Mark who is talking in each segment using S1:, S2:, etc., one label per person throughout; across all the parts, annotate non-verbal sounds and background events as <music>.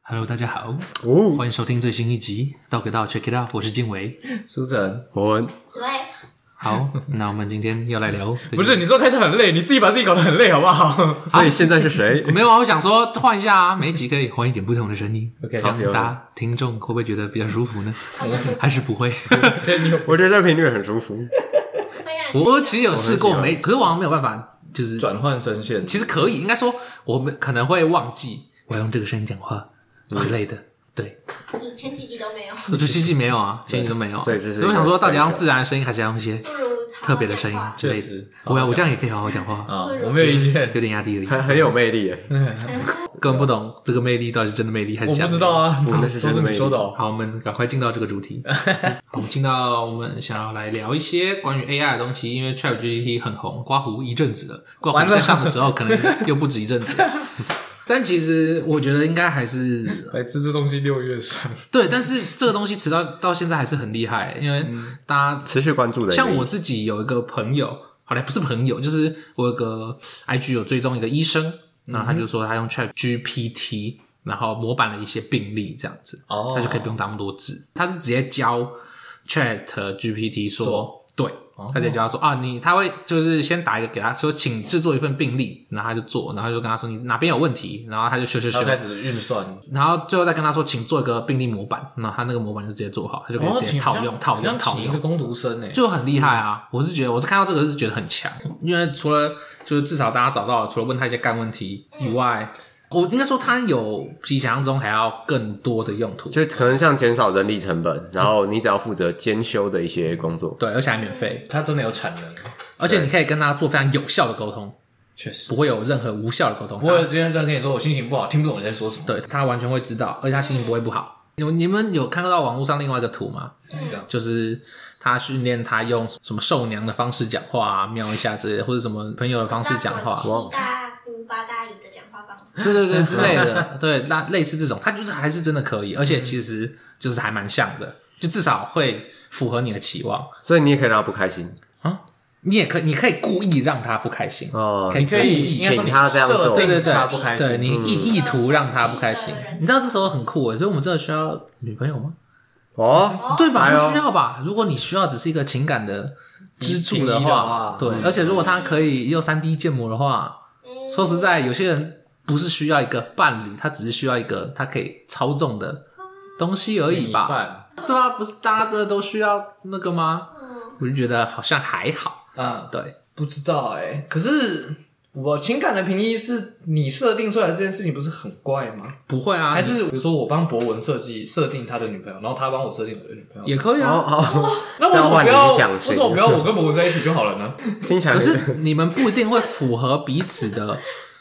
S1: Hello，大家好，
S2: 哦，
S1: 欢迎收听最新一集《道可道 Check It Out》，我是静伟。
S2: 苏晨，
S3: 博文，
S4: 此外，
S1: 好，那我们今天要来聊，
S2: 不是你说开车很累，你自己把自己搞得很累，好不好
S3: 所以现在是谁？
S1: 没有啊？我想说换一下啊，每一集可以换一点不同的声音
S2: OK，
S1: 这样
S3: 有
S1: 大家听众会不会觉得比较舒服呢？还是不会？
S3: 我觉得这个频率很舒
S2: <laughs>
S3: 服。
S4: 会让
S1: 我其实有试过，
S3: 我很喜
S1: 没，可是我好像没有办法，就是
S2: 转换声线？
S1: 其实可以，应该说我们可能会忘记我要用这个声音讲话之类的。对，
S4: 你前几集都没有，
S1: 我就星期没有啊，前几都没有，
S3: 所以这是一个
S1: 我想说，到底要用自然的声音，还是要用一些
S4: 不如好好
S1: 特别的声音
S4: 讲话
S1: 之类
S2: 确
S1: 的
S2: 实？
S1: 不啊要，我这样也可以好好讲话，
S2: 啊，我没有意见，
S1: 有点压低
S2: <laughs>
S1: 而已。
S3: 很很有魅力耶，
S1: 根本不懂这个魅力到底是真的魅力还
S2: 我
S1: 是假
S2: 不
S1: 的。
S2: 知道。啊，
S3: 我们是
S2: 都是你说的哦。
S1: 好，我们赶快进到这个主
S2: <laughs>
S1: 题。我们进到我们想要来聊一些关于 AI 的东西，因为 ChatGPT 很红，刮胡一阵子了，刮
S2: 完
S1: 胡
S2: 了
S1: 在上的时候可能又不止一阵
S2: <laughs>
S1: 子。但其实我觉得应该还是
S2: 来吃这东西六月上，
S1: 对，但是这个东西直到到现在还是很厉害，因为
S2: 嗯
S1: 大家
S3: 持续关注的。
S1: 像我，自己有一个朋友，好嘞，不是朋友，就是我有个 IG 有追踪一个医生，
S2: 嗯
S1: 那他就说他用 Chat GPT，然后模板了一些病例这样子，
S2: 哦
S1: 他就可以不用打那么多字，他是直接教 Chat GPT 说，对，
S2: 哦
S1: 他直接教他说啊，你他会就是先打一个给他说，请制作一份病例，然后他就做，然后就跟他说你哪边有问题，然后他就修修修
S2: 然后，开始运算，
S1: 然后最后再跟他说，请做一个病例模板，那他那个模板就直接做好，他就可以直接
S2: 哦请
S1: 套用套用套
S2: 请一
S1: 用
S2: 个。工读生欸诶，
S1: 就很厉害啊！我是觉得，我是看到这个是觉得很强，因为除了就是至少大家找到了，除了问他一些干问题以外，我应该说他有比想象中还要更多的用途，
S3: 就可能像减少人力成本，然后你只要负责兼修的一些工作。
S1: 对，而且还免费，
S2: 他真的有产能，
S1: 而且你可以跟他做非常有效的沟通，
S2: 确实。
S1: 不会有任何无效的沟通。
S2: 不会，今天跟你说我心情不好，听不懂你在说什么。
S1: 对他完全会知道，而且他心情不会不好。有你们有看到网络上另外一个图吗？就是他训练他用什么兽娘的方式讲话啊，瞄一下之类的，或者什么朋友的方式讲话，啊
S4: 七大姑八大姨的讲话方式，
S1: <laughs> 对对
S2: <laughs>
S1: 对之类的，对，那类似这种，它就是还是真的可以，而
S2: 嗯
S1: 且其实就是还蛮像的，就至少会符合你的期望。
S3: 所以你也可以让他不开心，
S1: 你也可以你可以故意让他不开心，
S3: 哦
S1: 可以
S3: 你
S2: 可以
S1: 故意
S2: 应该说
S3: 请他这样做
S2: 设
S1: 对
S2: 定
S1: 对
S2: 他不
S1: 对，
S2: 开心嗯
S1: 对你意意图让他不开心
S4: 嗯，
S1: 你知道这时候很酷欸诶，所以我们真的需要女朋友吗？
S3: 哦，
S1: 对吧？
S3: 哎
S1: 不
S3: 呦
S1: 需要吧？如果你需要只是一个情感的支柱
S2: 平移的
S1: 话
S2: 话，嗯
S1: 对，而且如果他可以用三 D 建模的话，
S4: 嗯
S1: 说实在，有些人不是需要一个伴侣，他只是需要一个他可以操纵的东西而已吧？
S2: 吧？
S1: 对啊，不是大家真的都需要那个吗？我就觉得好像还好，
S2: 嗯，
S1: 对，
S2: 不知道哎、可是我情感的评议是你设定出来的这件事情，不是很怪吗？
S1: 不会啊，
S2: 还是比如说我帮博文设计设定他的女朋友，然后他帮我设定我的女朋友，
S1: 也可以啊。
S3: 哦哦，
S2: 那为什么不要？
S3: 交换
S2: 为
S3: 理想
S2: 什
S3: 型
S2: 么不要我跟博文在一起就好了呢？
S3: 听起来
S1: 可
S3: 有点
S1: 是你们不一定会符合彼此
S2: <laughs>
S1: 的，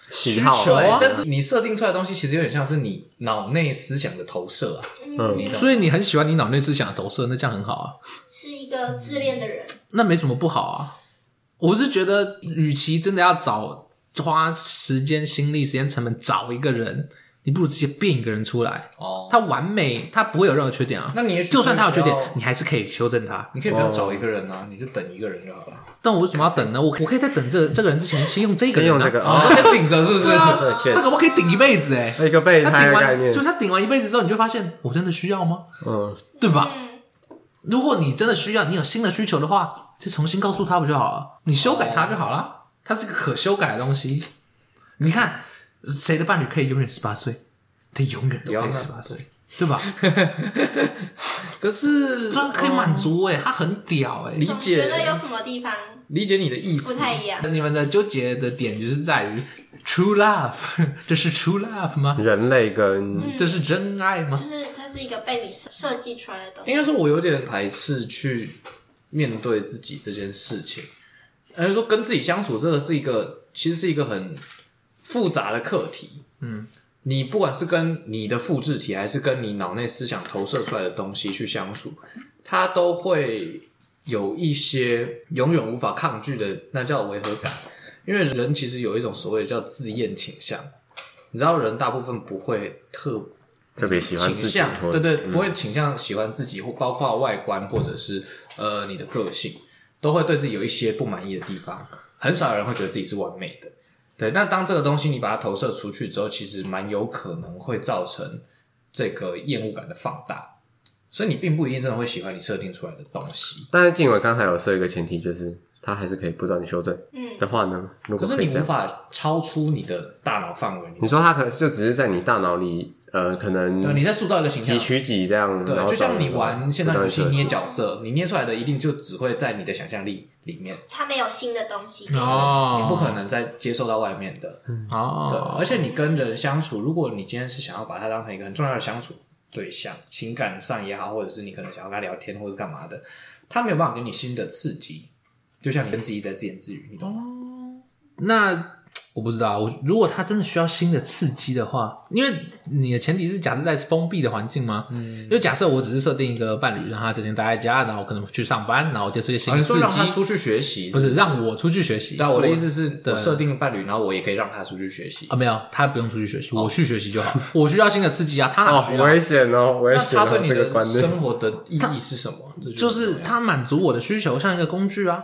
S3: 喜好哎
S1: 求啊
S2: <laughs> 对但是你设定出来的东西其实有点像是你脑内思想的投射啊，
S3: 嗯，
S1: 所呃以你很喜欢你脑内思想的投射，那这样很好啊，
S4: 是一个自恋的人，
S1: 那没什么不好啊。我是觉得，与其真的要找花时间、心力、时间成本找一个人，你不如直接变一个人出来。
S2: 哦
S1: 他完美，他不会有任何缺点啊。
S2: 那你也许哦
S1: 就算他有缺点
S2: 不要，
S1: 你还是可以修正他。
S2: 你可以不要找一个人啊，你就等一个人就好了。
S1: 但我为什么要等呢？我我可以在等这这个人之前，先用这个
S3: 先
S1: 人、啊，
S3: 用这个，
S2: 哦，啊
S3: 哦，
S2: 先顶着是不是？
S3: 对，确
S1: 他
S3: 实
S1: 可不可以顶一辈子、欸？哎，
S3: 一个备
S1: 他
S3: 胎
S1: 顶
S3: 的概
S1: 完，
S3: 念
S1: 就是，他顶完一辈子之后，你就发现我真的需要吗？
S3: 嗯，
S1: 对吧？
S4: 嗯，
S1: 如果你真的需要，你有新的需求的话，再重新告诉他不就好了？你修改它就好了，它是个可修改的东西。你看，谁的伴侣可以永远十八岁？他永远都可以十八岁，对
S3: <laughs>
S1: 吧？
S2: 可是
S1: 这样可以满足哎、他很屌哎、
S2: 理解
S4: 总觉得有什么地方
S2: 理解你的意
S4: 不
S2: 思，
S4: 太一样，
S1: 你们的纠结的点就是在于 true love，这 <laughs> 是 true love 吗？
S3: 人类跟
S1: 这是真爱吗
S4: 就？是它是一个被你设设计出来的东西
S2: 应。该说，我有点排斥去面对自己这件事情。而是说，跟自己相处，这个是一个，其实是一个很复杂的课题。嗯，你不管是跟你的复制体，还是跟你脑内思想投射出来的东西去相处，它都会有一些永远无法抗拒的，那叫违和感。因为人其实有一种所谓的叫自厌倾向，你知道，人大部分不会特
S3: 特别喜欢
S2: 倾
S3: 自己嗯
S2: 向，，
S3: 或
S2: 对对，不会倾向喜欢自己，或包括外观或者是呃你的个性，都会对自己有一些不满意的地方。很少有人会觉得自己是完美的，对。但当这个东西你把它投射出去之后，其实蛮有可能会造成这个厌恶感的放大，所以你并不一定真的会喜欢你设定出来的东西。
S3: 但是静伟刚才有设一个前提，就是他还是可以不断的修正。
S4: 嗯
S3: 的话呢，如
S2: 可
S3: 果
S2: 是
S3: 以
S2: 你
S3: 这
S2: 无
S3: 样，
S2: 法超出你的大脑范围，
S3: 你说他可能就只是在你大脑里，呃，可
S2: 呃，
S3: 能
S2: 你在塑造一个形象
S3: 几，取几这样，然
S2: 对，
S3: 后
S2: 就像你
S3: 找
S2: 玩现在游戏
S3: 不断地测
S2: 捏
S3: 试
S2: 角色，你捏出来的一定就只会在你的想象力里面，
S4: 它没有新的东西。
S1: 哦
S2: 嗯你不可能再接受到外面的。对，
S1: 哦，
S2: 而且你跟人相处，如果你今天是想要把它当成一个很重要的相处对象，情感上也好，或者是你可能想要跟他聊天或者是干嘛的，他没有办法给你新的刺激。就像你跟自己在自言自语，你懂吗？
S1: 那我不知道，我如果他真的需要新的刺激的话，因为你的前提是假设在封闭的环境嘛，嗯，因为假设我只是设定一个伴侣，让他整天待在家，然后可能去上班，然后接触一些新的
S2: 哦你
S1: 哦刺
S2: 说让他
S1: 激，
S2: 出去学习，
S1: 不是让我出去学习。
S2: 但我的意思是，
S1: 我
S2: 我设定个伴侣，然后我也可以让他出去学习
S1: 啊，。没有，他不用出去学习，我去学习就
S2: <laughs>
S1: 好。我需要新的刺激啊，他哪需
S3: 哦，
S1: 要？
S3: 危险哦，危
S2: 那
S3: 险
S2: 他
S3: 哦，
S2: 对你
S3: 这个
S2: 的
S3: 观念。
S2: 生活的意义是什么？这
S1: 就是
S2: 重要
S1: 他满足我的需求，像一个工具啊，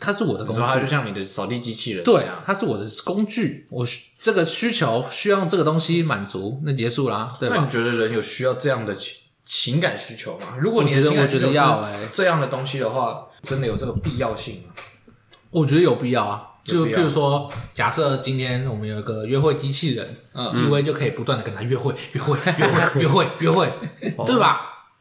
S1: 它是我的工
S2: 你
S1: 具
S2: 说。它就像你的扫地机器人，
S1: 对，啊它是我的工具，我需这个需求需要用这个东西满足，那结束啦，对
S2: 那
S1: 吧？
S2: 你觉得人有需要这样的情情感需求吗？如果你的
S1: 我觉得
S2: 情感需
S1: 我觉
S2: 求
S1: 得
S2: 是
S1: 要欸
S2: 这样的东西的话，真的有这个必要性吗？
S1: 我觉得有必要啊。就
S2: 有必
S1: 比
S2: 要
S1: 如说，假设今天我们有一个约会机器人，
S2: 嗯
S1: 纪威就可以不断的跟他约会、约会、 <laughs> 约
S2: <laughs>
S1: 会、约会、约会，
S2: 哦
S1: 对吧？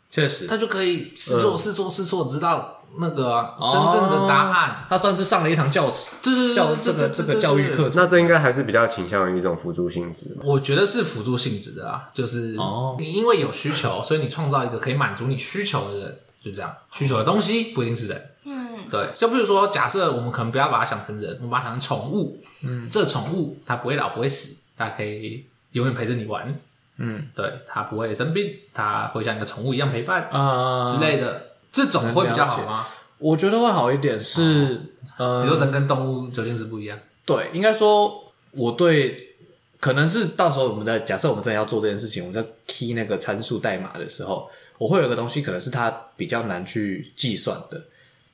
S2: 确实，
S1: 他就可以试
S2: 嗯
S1: 做、试做、试做，直到那个啊
S2: 哦
S1: 真正的答案。
S2: 他算是上了一堂教程，
S1: 对对对，
S2: 教
S1: 对
S2: 这个
S1: 对
S2: 这
S1: 对
S2: 个教育
S1: 对
S2: 课程。
S3: 那这应该还是比较倾向于一种辅助性质吧。
S1: 我觉得是辅助性质的啊，就是
S2: 哦
S1: 你因为有需求，所以你创造一个可以满足你需求的人，就这样。需求的东西不一定是人，
S4: 嗯，
S1: 对。就比如说，假设我们可能不要把它想成人，我们把它想成宠物，嗯，这宠物它不会老，不会死，它可以永远陪着你玩，
S2: 嗯，
S1: 对，它不会生病，它会像一个宠物一样陪伴
S2: 啊
S1: 之类的，这种会比较好吗？
S2: 我觉得会好一点是，呃
S1: 你，说人跟动物究竟是不一样，
S2: 对，应该说我对，可能是到时候我们在假设我们真的要做这件事情，我们在 key 那个参数代码的时候，我会有一个东西，可能是它比较难去计算的，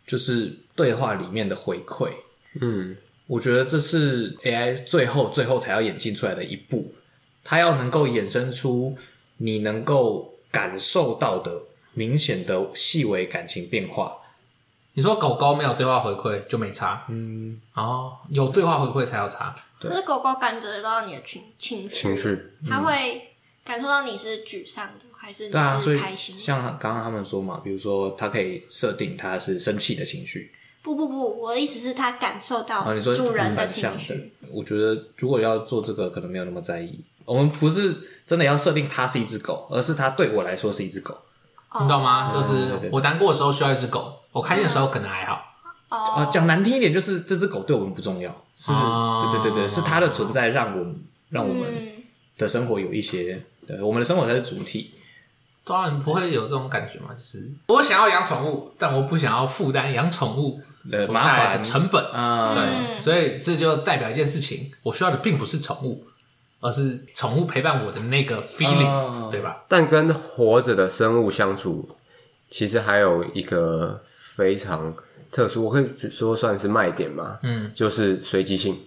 S2: 就是对话里面的回馈。
S3: 嗯，
S2: 我觉得这是 AI 最后最后才要演进出来的一步，它要能够衍生出你能够感受到的明显的细微感情变化。
S1: 你说狗狗没有对话回馈就没差，嗯，哦，有对话回馈才有差。
S2: 对
S4: 可是狗狗感觉到你的情情绪，
S3: 情绪
S4: 它
S1: 嗯
S4: 会感受到你是沮丧的，还是你
S2: 对啊，所
S4: 是
S2: 以
S4: 开心？的。
S2: 像刚刚他们说嘛，比如说它可以设定它是生气的情绪，
S4: 不不不，我的意思是，它感受到
S2: 啊，你说
S4: 主哦人
S2: 反向
S4: 情
S2: 的
S4: 绪。，
S2: 我觉得如果要做这个，可能没有那么在意。我们不是真的要设定它是一只狗，而是它对我来说是一只狗
S4: 哦
S1: 你懂吗？就
S2: 对
S1: 是
S2: 对
S1: 我难过的时候需要一只狗，我开心的时候可能还好。
S2: 啊。
S4: 哦，
S2: 讲难听一点，就是这只狗对我们不重要，是，
S1: 啊
S2: 对对对对，是它的存在让我们让我们
S4: 嗯，
S2: 的生活有一些，对，我们的生活才是主体。
S1: 当然啊不会有这种感觉嘛，就是我想要养宠物，但我不想要负担养宠物
S2: 呃
S1: 所
S2: 麻烦
S1: 带来的成本。
S2: 啊、
S1: 对，所以这就代表一件事情，我需要的并不是宠物，而是宠物陪伴我的那个 feeling，
S2: 哦
S1: 对吧？
S3: 但跟活着的生物相处，其实还有一个非常特殊，我可以说算是卖点嘛。嗯，就是随机性，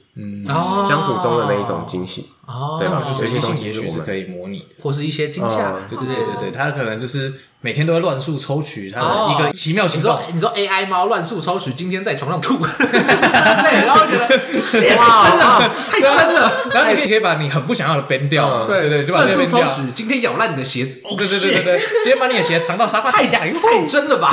S1: 哦
S3: 相处中的那一种惊喜。
S1: 哦，
S3: 对
S2: 那
S3: 吧
S2: 我觉得
S3: 随机
S2: 随机
S3: 性
S2: 性
S3: 也
S2: 也
S3: 许
S2: 许
S3: 是
S2: 是
S3: 可
S2: 可以模拟的。
S1: 或是一些惊吓
S3: 哦
S1: 之
S2: 对
S1: 类
S2: 对
S1: 的。
S2: 对对，它可能就是每天都会乱数抽取它
S1: 哦
S2: 的一个奇妙
S1: 你
S2: 行动
S1: 说，你说 AI 猫乱数抽取，今天在床上吐之类的，然后觉得 shit，真的太真了。
S2: 然后你可以可以把你很不想要的编掉，
S3: 嗯
S2: 对对，就把
S1: 乱
S2: 这
S1: 数
S2: 个编
S1: 抽
S2: 掉，
S1: 取，今天咬烂你的鞋子，哦
S2: 对对对对
S1: shit
S2: 对，直接把你的鞋藏到沙发
S1: 太
S2: 底下，
S1: 太真了吧？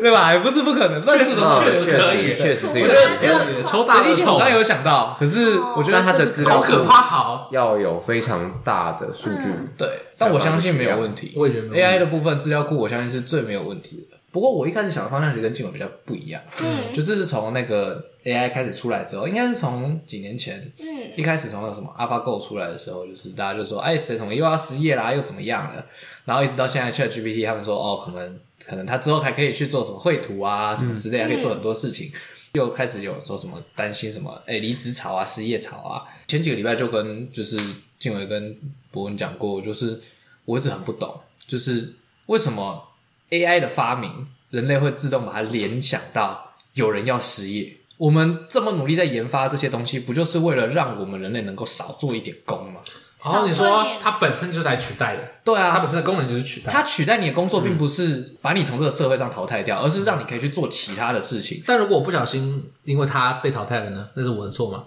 S2: 对吧？也不是不可能，乱数
S3: 哦
S2: 的确实
S1: 确实
S2: 可以，
S3: 确实是
S2: 我
S3: 有
S2: 觉
S4: 对
S2: 得
S4: 对
S2: 因为
S4: 对
S1: 抽大
S2: 随
S1: 乐
S2: 机性我
S1: 透
S2: 刚，刚有想到，可是我觉
S1: 哦
S2: 得
S3: 但它的
S2: 这是
S3: 资
S1: <laughs> 好
S3: 料
S1: 可怕！好，
S3: 要有非常大的数据，
S2: 对，但我相信没有问题。
S1: 我也觉得没有问
S2: AI 的部分资料库，我相信是最没有问题的。不过我一开始想的方向就跟静文比较不一样，
S4: 嗯
S2: 就是是从那个 AI 开始出来之后，应该是从几年前，
S4: 嗯，
S2: 一开始从那个什么 AlphaGo 出来的时候，就是大家就说，哎，谁什么又要失业啦，又怎么样了？然后一直到现在 ChatGPT，他们说，哦，可能可能他之后还可以去做什么绘图
S4: 嗯
S2: 啊，什么之类，还可以做很多事情。又开始有说什么担心什么，哎、离职潮啊，失业潮啊。前几个礼拜就跟就是静伟跟博文讲过，就是我一直很不懂，就是为什么 AI 的发明，人类会自动把它联想到有人要失业。我们这么努力在研发这些东西，不就是为了让我们人类能够少做一点工吗？
S1: 然后你
S4: 少
S1: 说
S4: 赚点
S1: 它本身就是来取代的，
S2: 对啊
S1: 它本身的功能就是取
S3: 啊
S1: 代。
S2: 它取代你的工作，
S3: 嗯
S2: 并不是把你从这个社会上淘汰掉，而是让你可以去做其他的事
S3: 嗯
S2: 情。
S1: 但如果我不小心因为它被淘汰了呢？那是我的错吗？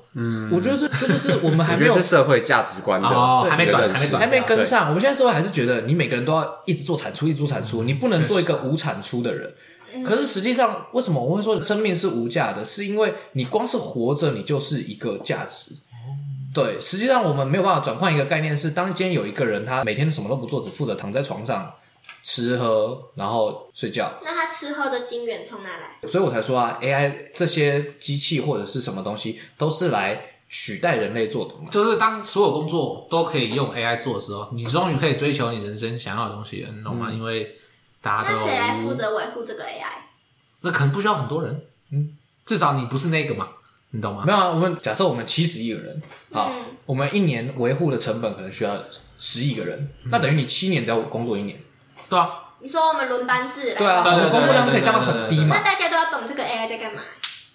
S2: 我觉得这这就是我们还
S3: 我觉
S2: 没
S3: 得
S2: 有
S3: 是社会价值观的
S1: 哦，还没转，
S3: 认
S1: 还没
S3: 识
S1: 转，
S2: 还没跟上。我们现在社会还是觉得你每个人都要一直做产出，一直做产出，你不能做一个无产出的人。可是实际上，为什么我会说生命是无价的？是因为你光是活着，你就是一个价值。
S1: 哦
S2: 对，实际上我们没有办法转换一个概念是，当今天有一个人他每天什么都不做，只负责躺在床上吃喝，然后睡觉，
S4: 那他吃喝的金源从哪来？
S2: 所以我才说啊，AI 这些机器或者是什么东西都是来取代人类做的嘛。
S1: 就是当所有工作都可以用 AI 做的时候，你终于可以追求你人生想要的东西了，你懂吗？因为大家
S4: 那
S1: 都
S4: 谁来负责维护这个 AI？
S1: 那可能不需要很多人，嗯，至少你不是那个嘛，你懂吗
S2: 没？有啊，我们假设我们七十亿个人啊，
S4: 嗯
S2: 我们一年维护的成本可能需要十亿个人，那等于你七年只要工作一年。
S1: 对啊，
S4: 你说我们轮班制来，
S2: 对啊，
S1: 对
S2: 我
S1: 对
S2: 们工作量
S1: 对对
S2: 可以降到
S1: 对对
S2: 很
S1: 对
S2: 低
S4: 那
S2: 嘛。
S4: 大家都要懂这个 AI 在干嘛？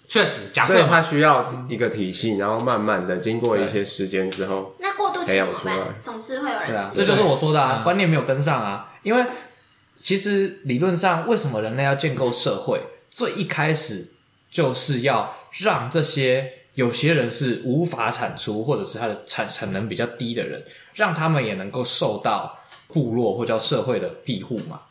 S1: 确实，假
S3: 所以
S1: 设
S3: 它需要一个体系，然后慢慢的经过一些时间之后，
S4: 那过渡
S3: 培
S4: 期怎
S3: 养
S4: 么
S3: 出来
S4: 办？总是会有人
S2: 对啊，
S4: 死。
S2: 这就是我说的啊，观念没有跟上啊。因为其实理论上，为什么人类要建构社会？最一开始就是要让这些有些人是无法产出，或者是他的产产能比较低的人，让他们也能够受到部落或叫社会的庇护嘛。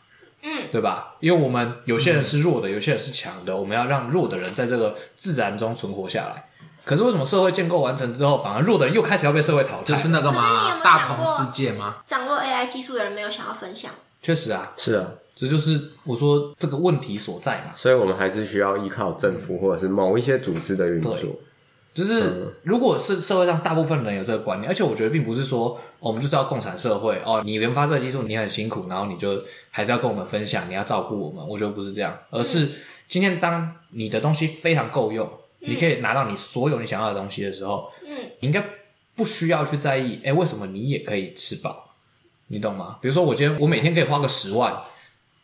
S4: 嗯，
S2: 对吧？因为我们有些人是弱
S1: 嗯
S2: 的，有些人是强的，我们要让弱的人在这个自然中存活下来。可是为什么社会建构完成之后，反而弱的人又开始要被社会淘汰？
S1: 就是那个
S4: 可是你有没
S1: 嘛，
S4: 有
S1: 大
S4: 想
S1: 同
S4: 过
S1: 世界嘛，
S4: 掌握 AI 技术的人没有想要分享，
S2: 确实啊，
S3: 是啊，
S2: 这就是我说这个问题所在嘛。
S3: 所以我们还是需要依靠政府或者是某一些组织的运
S2: 对
S3: 作。
S1: 嗯
S2: 就是如果是社会上大部分人有这个观念，而且我觉得并不是说、哦我们就是要共产社会哦，你研发这个技术你很辛苦，然后你就还是要跟我们分享，你要照顾我们。我觉得不是这样，而是
S1: 嗯
S2: 今天当你的东西非常够用，你可以拿到你所有你想要的东西的时候，
S4: 嗯，
S2: 你应该不需要去在意，哎，为什么你也可以吃饱？你懂吗？比如说我今天我每天可以花个十万，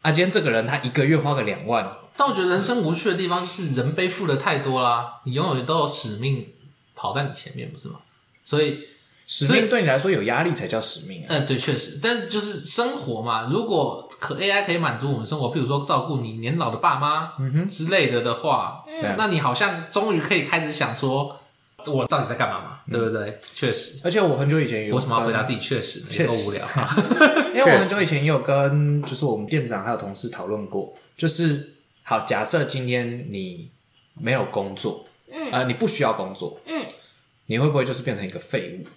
S2: 啊，今天这个人他一个月花个两万，
S1: 但我觉得人生无趣的地方就是人背负的太多啦，你永远都有使命跑在你前面，不是吗？所以
S2: 使
S1: 所以
S2: 命对你来说有压力才叫使命啊。
S1: 呃，对，确实，但就是生活嘛，如果可 AI 可以满足我们生活，譬如说照顾你年老的爸妈
S2: 嗯
S1: 之类的的话，
S3: 嗯
S2: 对啊
S1: 那你好像终于可以开始想说，我到底在干嘛嘛？对不对？确实，
S2: 而且我很久以前嗯也有
S1: 为什么要回答
S2: 跟
S1: 自己确实呢？
S2: 确
S1: 有
S2: 实
S1: 够无聊。
S2: <laughs> 因为我很久以前也有跟就是我们店长还有同事讨论过，就是好，假设今天你没有工作，嗯，呃，你不需要工作，
S4: 嗯，
S2: 你会不会就是变成一个废物？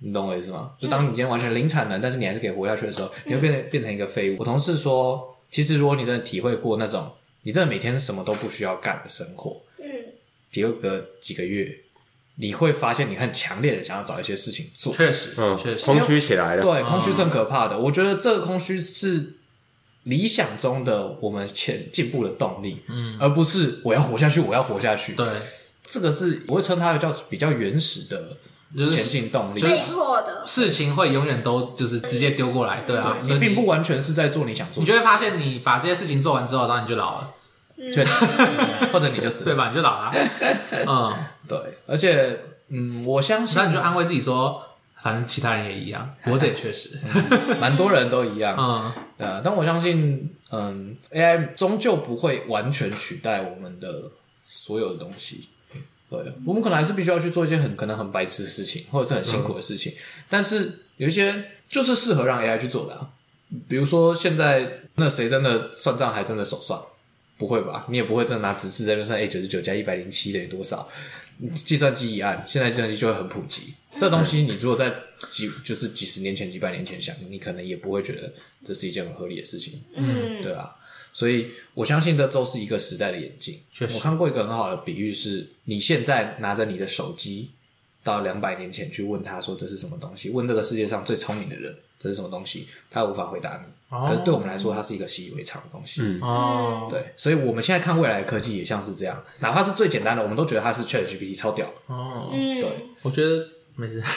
S2: 你懂我意思吗？就当你今天完全零产能，但是你还是可以活下去的时候，你会变成变成一个废物。我同事说，其实如果你真的体会过那种你真的每天什么都不需要干的生活，
S4: 嗯，
S2: 体会个几个月，你会发现你很强烈的想要找一些事情做，
S1: 确实，
S3: 嗯
S1: 确，实，
S3: 空虚起来
S1: 啊
S3: 了。
S2: 对，空虚是很可怕的。我觉得这个空虚是理想中的我们前进步的动力，嗯，而不是我要活下去，我要活下去。
S1: 对，
S2: 这个是我会称它为叫比较原始的
S1: 就是
S2: 前进动力。
S1: 就
S4: 被
S1: 是
S4: 迫的。
S1: 事情会永远都就是直接丢过来，对啊，所
S2: 对
S1: 以
S2: 你并不完全是在做你想做
S1: 你
S2: 的
S1: 就
S2: 事，
S1: 会发现，你把这些事情做完之后，然后你就老了，
S2: 确实，
S1: <laughs>
S2: 或者你就死
S1: 对
S2: 了。
S1: 吧？你就老了，嗯，
S2: 对，而且嗯，我相信
S1: 那你就安慰自己说，反正其他人也一样，我这也确实，
S2: 蛮多人都一样，
S1: 嗯。
S2: 呃，但我相信，嗯，AI 终究不会完全取代我们的所有的东西。对，我们可能还是必须要去做一些很可能很白痴的事情，或者是很辛苦的事情。但是有一些就是适合让 AI 去做的、啊，比如说现在那谁真的算账还真的手算，不会吧？你也不会真的拿直式在那边算，哎，九十九加一百零七等于多少？计算机一按，现在计算机就会很普及。这东西你如果在几就是几十年前、几百年前想，你可能也不会觉得这是一件很合理的事情，
S4: 嗯
S2: 对吧？所以我相信这都是一个时代的演进
S1: 确。实
S2: 我看过一个很好的比喻是，你现在拿着你的手机到两百年前去问他说这是什么东西，问这个世界上最聪明的人这是什么东西，他无法回答你。
S1: 哦
S2: 可是对我们来说，它是一个习以为常的东西。
S3: 嗯
S1: 哦，
S2: 对，所以我们现在看未来的科技也像是这样，哪怕是最简单的，我们都觉得它是 Chat GPT 超屌。
S1: 哦，
S4: 嗯，
S2: 对
S1: 我觉得没事。
S2: 怎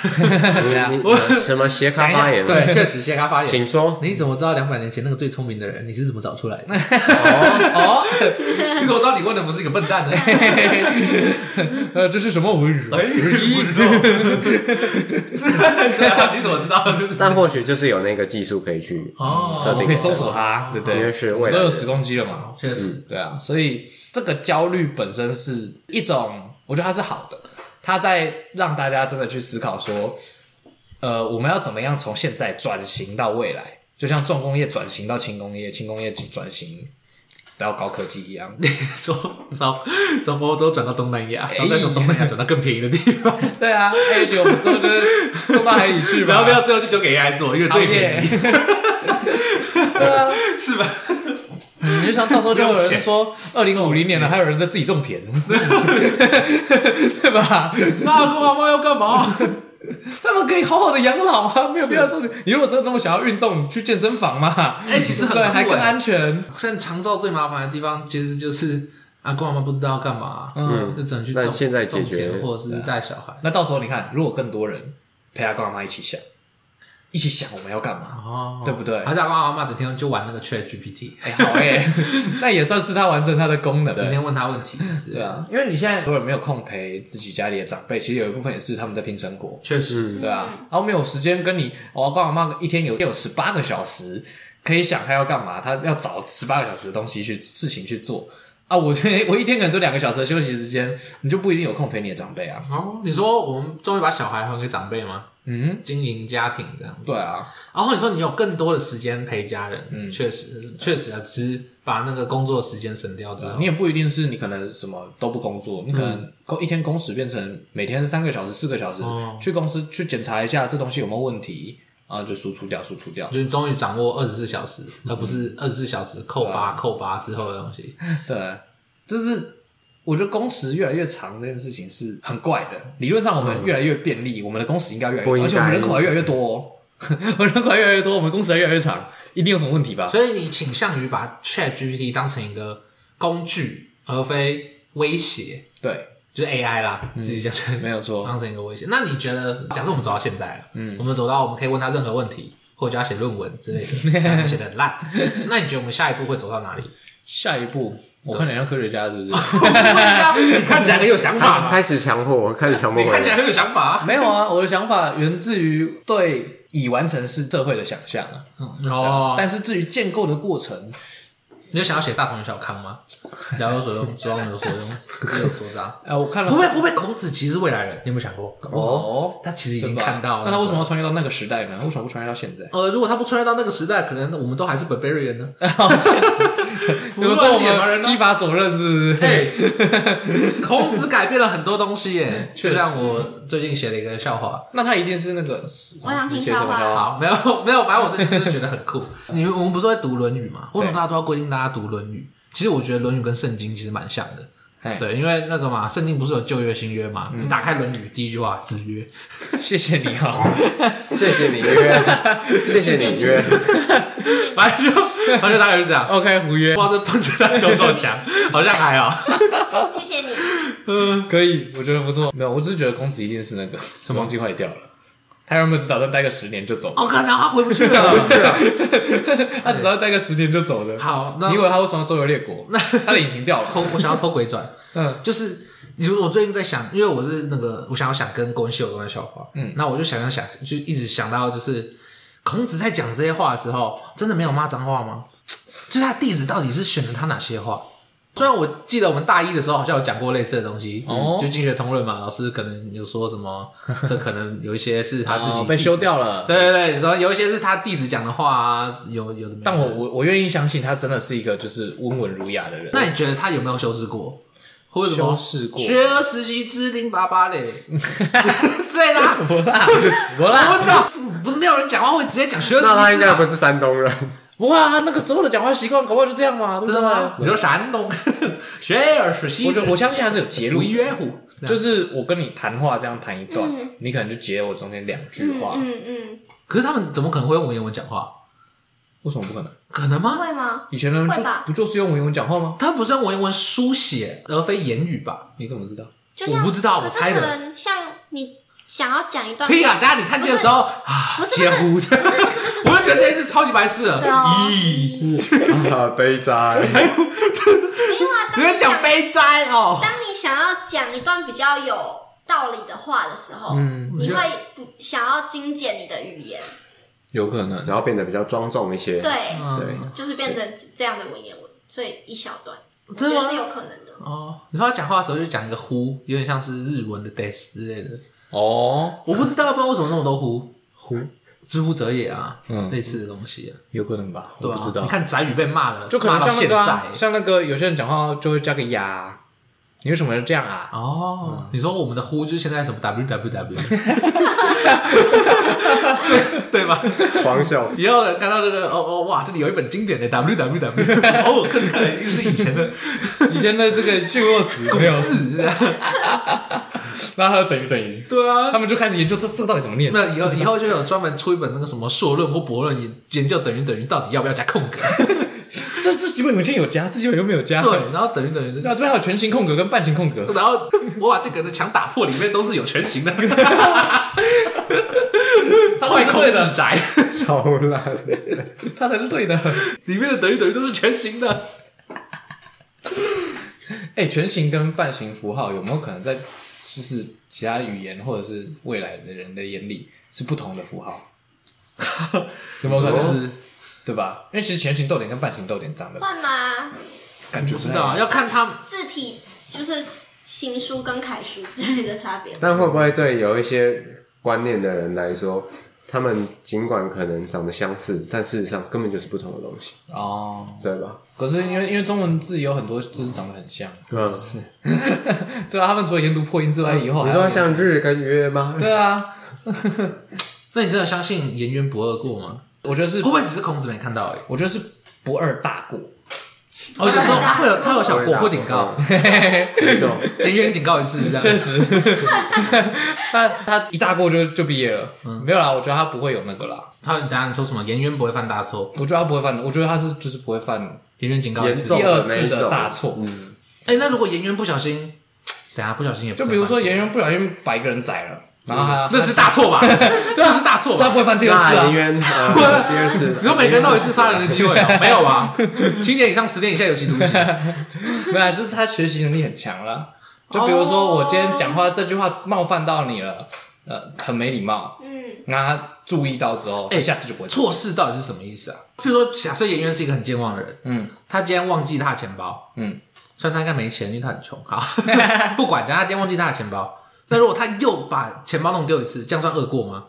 S3: 你
S2: 样？
S3: 你什么斜咖发言？
S1: 啊对，，确实，先他发言
S3: 请。说。
S1: 你怎么知道两百年前那个最聪明的人？你是怎么找出来的？
S2: 哦，
S1: 你怎么知道你问的不是一个笨蛋呢？ <laughs>
S2: 呃，这是什么文
S1: <laughs>
S2: 人？
S1: 对啊，你怎么知道？
S3: 但或许就是有那个技术可以去
S1: 哦
S3: 设
S2: 我
S3: 定，
S2: 可以搜索他，对不
S3: 因为
S2: 对？
S3: 是
S2: 我
S3: 未
S2: 都
S3: 来
S2: 有
S3: 的
S2: 十公斤了嘛，
S1: 确实，
S2: 对啊，所以这个焦虑本身是一种，我觉得它是好的，它在让大家真的去思考说，呃，我们要怎么样从现在转型到未来，就像重工业转型到轻工业，轻工业转型到高科技一
S3: <laughs>
S2: 样。
S1: 说从从欧洲转到东南亚，然后再从东南亚转到更便宜的地 <laughs> 方，
S2: 对啊，也许我们之后就是送到海里
S3: <laughs>
S2: 去吧，
S1: 然后不要最后就丢给 AI 做，因为最便宜，
S2: 宜。对啊，
S1: 是吧？
S2: 你就像到时候就有人说，二零五零年了，还有人在自己种田，对吧？
S1: 那阿公阿妈要干嘛？
S2: 他们可以好好的养老啊，没有必要做。你如果真的那么想要运动，你去健身房嘛。
S1: 哎其实很
S2: 对
S1: 酷
S2: 还更
S1: 哎
S2: 安全。
S1: 现在长照最麻烦的地方，其实就是阿公阿妈不知道要干嘛，
S2: 嗯
S1: 就只能去
S3: 但
S1: 种
S3: 现在解
S1: 种
S3: 决
S1: 田或者是带小孩。
S2: 那到时候你看，如果更多人陪阿公阿妈一起想，一起想我们要干嘛，
S1: 哦
S2: 对不对
S1: 而且阿公阿妈整天就玩那个 Chat GPT，
S2: 哎，好哎，那也算是他完成他的功能。
S1: 整天问他问题。是
S2: <laughs> 对，啊，因为你现在很多人没有空陪自己家里的长辈，其实有一部分也是他们在拼生活。
S1: 确实，
S2: 对啊，然后没有时间跟你，我爸我妈一天有有十八个小时可以想他要干嘛，他要找十八个小时的东西去事情去做啊。我觉得我一天可能只有两个小时的休息时间，你就不一定有空陪你的长辈啊。
S1: 哦，你说我们终于把小孩还给长辈吗？
S2: 嗯，
S1: 经营家庭这样，
S2: 对啊，
S1: 然后你说你有更多的时间陪家人，嗯，确实，确实啊，只是把那个工作时间省掉之后
S2: 你，也不一定是你可能什么都不工作，你可能工一天工时变成每天三个小时、四个小时，
S1: 哦
S2: 去公司去检查一下这东西有没有问题啊，就输出掉，输出掉。
S1: 就是终于掌握二十四小时，而不是二十四小时扣八扣八之后的东西。
S2: 对，就是我觉得工时越来越长这件事情是很怪的。理论上我们越来越便利，我们的工时应该越来越
S3: 不
S2: 多，
S3: 应该
S2: 而且我们人口还越来越多、哦， <laughs> 我们人口还越来越多，我们工时还越来越长，一定有什么问题吧？
S1: 所以你倾向于把 Chat GPT 当成一个工具，而非威胁，
S2: 对，
S1: 就是 AI 啦，自己讲
S2: 没有错。
S1: 当成一个威胁。那你觉得，假设我们走到现在了，嗯，我们走到我们可以问他任何问题，或者叫他写论文之类的，但他写的很烂，那你觉得我们下一步会走到哪里？ <laughs>
S2: 下一步，我看你像科学家是不是？ <laughs>
S1: 你看起来很有想
S3: 他
S1: 法嘛，
S3: 开始强迫我，开始强迫
S1: 你
S3: 我
S1: 看起。来很有想法啊。
S2: 没有啊，我的想法源自于对已完成式社会的想象啊。
S1: 哦，
S2: 但是至于建构的过程，
S1: 你有想要写大同小康 <laughs> 吗？聊有所用，希望有所用，日有所长。
S2: 呃，我看
S1: <laughs>
S2: 了
S1: 会不会会不会孔子其实是未来人？你有没有想过？
S2: 哦
S1: 他其实已
S2: 对
S1: 经
S2: 吧
S1: 看到了。
S2: 那他为什么要穿越到那个时代呢？为什么不穿越到现在？
S1: 呃，如果他不穿越到那个时代，可能我们都还是 barbarian <laughs> 呢。 <laughs>
S2: 比如说我们依法走任是不是？
S1: 哎， <laughs> 孔子改变了很多东西耶。
S2: 确
S1: 就
S2: 实
S1: 像我最近写了一个笑话，
S2: 那他一定是那个，
S4: 我想听
S2: 你写什么
S4: 笑话
S1: 好，没有没有，反正我最近就是觉得很酷。 <laughs> 你们我们不是会读《论语》吗？为什么大家都要规定大家读《论语》？其实我觉得《论语》跟《圣经》其实蛮像的。
S2: 哎，
S1: 对，嗯因为那个嘛，《圣经》不是有旧约、新约嘛？你打开《论语》第一句话“子曰
S2: 谢谢你哦。
S3: 谢谢你约，
S1: <laughs>
S3: 谢谢你约。”，
S1: 反正就反正大概是这样。 <laughs>
S2: OK，胡约
S1: 不知道这碰出来有多强，好像还好。
S4: 谢谢你。
S2: 可以，我觉得不错。没有，我只是觉得公子一定是那个时光机坏掉了。他原本只打算待个十年就走，
S1: 我哦看到他回不去了。
S2: 他只打算待个十年就走的。
S1: <laughs> 好那
S2: 你以为他会从周游列国？他的引
S1: <laughs>
S2: 擎掉了。
S1: 偷，我想要偷鬼转。
S2: 嗯，
S1: 就是你说我最近在想，因为我是那个我想要想跟关系有关的笑话，嗯，那我就想想想，就一直想到就是孔子在讲这些话的时候，真的没有骂脏话吗？就是他弟子到底是选择他哪些话？虽然我记得我们大一的时候好像有讲过类似的东西，
S2: 哦
S1: 就经学通论嘛，老师可能有说什
S2: <laughs>
S1: 么，这可能有一些是他自己、
S2: 哦被修，掉了。
S1: 对对对，然后有一些是他弟子讲的话啊，有有的没的。
S2: 但我我我愿意相信他真的是一个就是温文儒雅的人。 <laughs>
S1: 那你觉得他有没有修饰过？或者什么
S2: 修饰过
S1: 学而时习之，零八八
S2: <laughs>
S1: 嘞之类的啊。
S2: 不啦不
S1: 我
S2: 啦，
S1: 不知道，不是没有人讲话会直接讲学而时
S3: 那他
S1: 习
S3: 应
S1: 之
S3: 该不
S1: 啊。
S3: 是山东人， <laughs>
S2: 不过他那个时候的讲话习惯，搞不好就这样嘛，对不
S1: 真的
S2: 对？
S1: 吗？你说山东 <laughs> 学而时习
S2: 我
S1: 之
S2: 觉，得我相信他是有节录
S1: 不。曰乎？，
S2: 就是是我跟你谈话这样谈一段，
S4: 嗯
S2: 你可能就截我中间两句
S4: 嗯
S2: 话，
S4: 嗯嗯，
S1: 可是他们怎么可能会用文言文讲话？
S2: 为什么不可能？
S1: 可能吗？
S4: 会吗？
S2: 以前的人就
S4: 会吧
S2: 不就是用文言文讲话吗？
S1: 他们不是用文言文书写，而非言语吧？
S2: 你怎么知道？
S4: 就像
S1: 我不知道
S4: 可是
S1: 我猜的
S4: 可能像你想要讲一段
S1: 屁啦！大家你看剧的时候啊，
S4: 不是
S1: 切呼，我就觉得这一次超级白痴了。
S4: 对哦
S1: 咦，
S3: 啊，悲哉，
S4: 没有啊，
S1: 你
S4: 当
S1: 们
S4: 你想
S1: 讲悲哉哦，
S4: 当你想要讲一段比较有道理的话的时候，
S1: 嗯
S4: 你会不想要精简你的语言，
S2: 有可能。
S3: 然后变得比较庄重一些。
S4: 对，
S2: 啊
S3: 对，
S1: 嗯
S4: 就是变成这样的文言文，所以一小段，我觉
S1: 真的
S4: 得
S1: 吗
S4: 是有可能的。
S1: 哦，你说他讲话的时候就讲一个呼，有点像是日文的 des 之类的。
S2: 哦，
S1: 我不知道，不知道为什么那么多呼呼，知乎者也啊，
S2: 嗯
S1: 类似的东西啊，
S2: 有可能吧，
S1: 对
S2: 我
S1: 啊
S2: 不知道
S1: 你。看宅宇被骂了，
S2: 就可能
S1: 骂到
S2: 像那
S1: 现
S2: 个啊、
S1: 在
S2: 像那个有些人讲话就会加个呀，你为什么要这样
S1: <laughs>
S2: 啊？
S1: 哦，你说我们的呼就是现在什么 W W W，对吧？
S3: 黄小
S1: 以后人看到这个哦哦哇，这里有一本经典的 W W W，哦， <laughs> 看看来是以前的
S2: <laughs> 以前的这个句末词
S1: <laughs>
S2: 没有，
S1: 字，
S2: 那它就等于等于，
S1: 对啊
S2: 他。们就开始研究这这个到底怎么念。
S1: 那以后以后就有专门出一本那个什么硕论或博论研研究等于等于到底要不要加空
S2: <laughs>
S1: 格？
S2: 这这几本文献有加，这几本又没有加。，
S1: 对，然后等于等于
S2: 那这边还有全形空格跟半形空格。
S1: <laughs> 然后我把这个的墙打破，里面都是有全形的， <laughs> 坏孔子宅，
S3: 超烂，
S2: 它才是对的。 <laughs>
S1: 里面的等于等于都是全形的。
S2: 哎、全形跟半形符号有没有可能在就是其他语言或者是未来的人的眼里是不同的符
S1: <laughs>
S2: 号？有没有可能是？对吧？因为其实前行逗点跟半形逗点长得
S4: 换吗？
S2: 感觉
S1: 不
S2: 不
S1: 知
S2: 太
S1: 道啊，要看他们
S4: 字体就是行书跟楷书之类的差
S1: <laughs>
S4: 别。
S3: <laughs> 但会不会对有一些观念的人来说，他们尽管可能长得相似，但事实上根本就是不同的东西，
S2: 哦。
S3: 对吧？
S2: 可是因为因为中文字有很多字是长得很像，
S3: 嗯，
S2: 对啊，他们除了研读破音之外，以后还
S3: 你
S2: 要
S3: 说像日跟约吗？
S2: 对啊，
S1: <laughs> 那你真的相信颜渊不二过吗？
S2: 我觉得是
S1: 会不，会只是孔子没看到而已？
S2: 我觉得是不二大过，
S1: 哦，有时候他会有他有小过或警告，
S3: 没错，
S1: 颜渊警告一次这样。
S2: 实， <laughs> 他他一大过就就毕业了，没有啦，我觉得他不会有那个啦，
S1: 他你讲你说什么？颜渊不会犯大错，
S2: 我觉得他不会犯，我觉得他是就是不会犯
S1: 颜渊警告一
S3: 严
S1: 次
S3: 重。
S2: 第二次
S3: 那一
S2: 的
S3: 种
S2: 大错，
S1: 哎，那如果颜渊不小心，等一下不小心也不
S2: 就比如说
S1: 会犯
S2: 演员不小心把一个人宰了，然后他
S1: 错那是大错吧？ <laughs> 那是大错
S2: 所 <laughs> 以他
S1: 吧
S2: 不？会犯第二次
S3: <laughs> 那
S2: 啊
S3: 林，渊呃第二次，
S1: <laughs> 你说每个人都有一次杀人的机会哦？没有吧？ <laughs> 七年以上、十年以下有期徒刑。
S2: 没有啊，就是他学习能力很强啦。就比如说，我今天讲话这句话冒犯到你了，呃，很没礼貌，
S4: 嗯，
S2: 那他注意到之后，哎、下次就不会错。
S1: 错事到底是什么意思啊？譬如说，假设演员是一个很健忘的人，
S2: 嗯，
S1: 他今天忘记他的钱包，
S2: 嗯，
S1: 虽然他应该没钱，因为他很穷，
S2: <laughs>
S1: 好，不管，假如他今天忘记他的钱包，那如果他又把钱包弄丢一次，这样算恶过吗？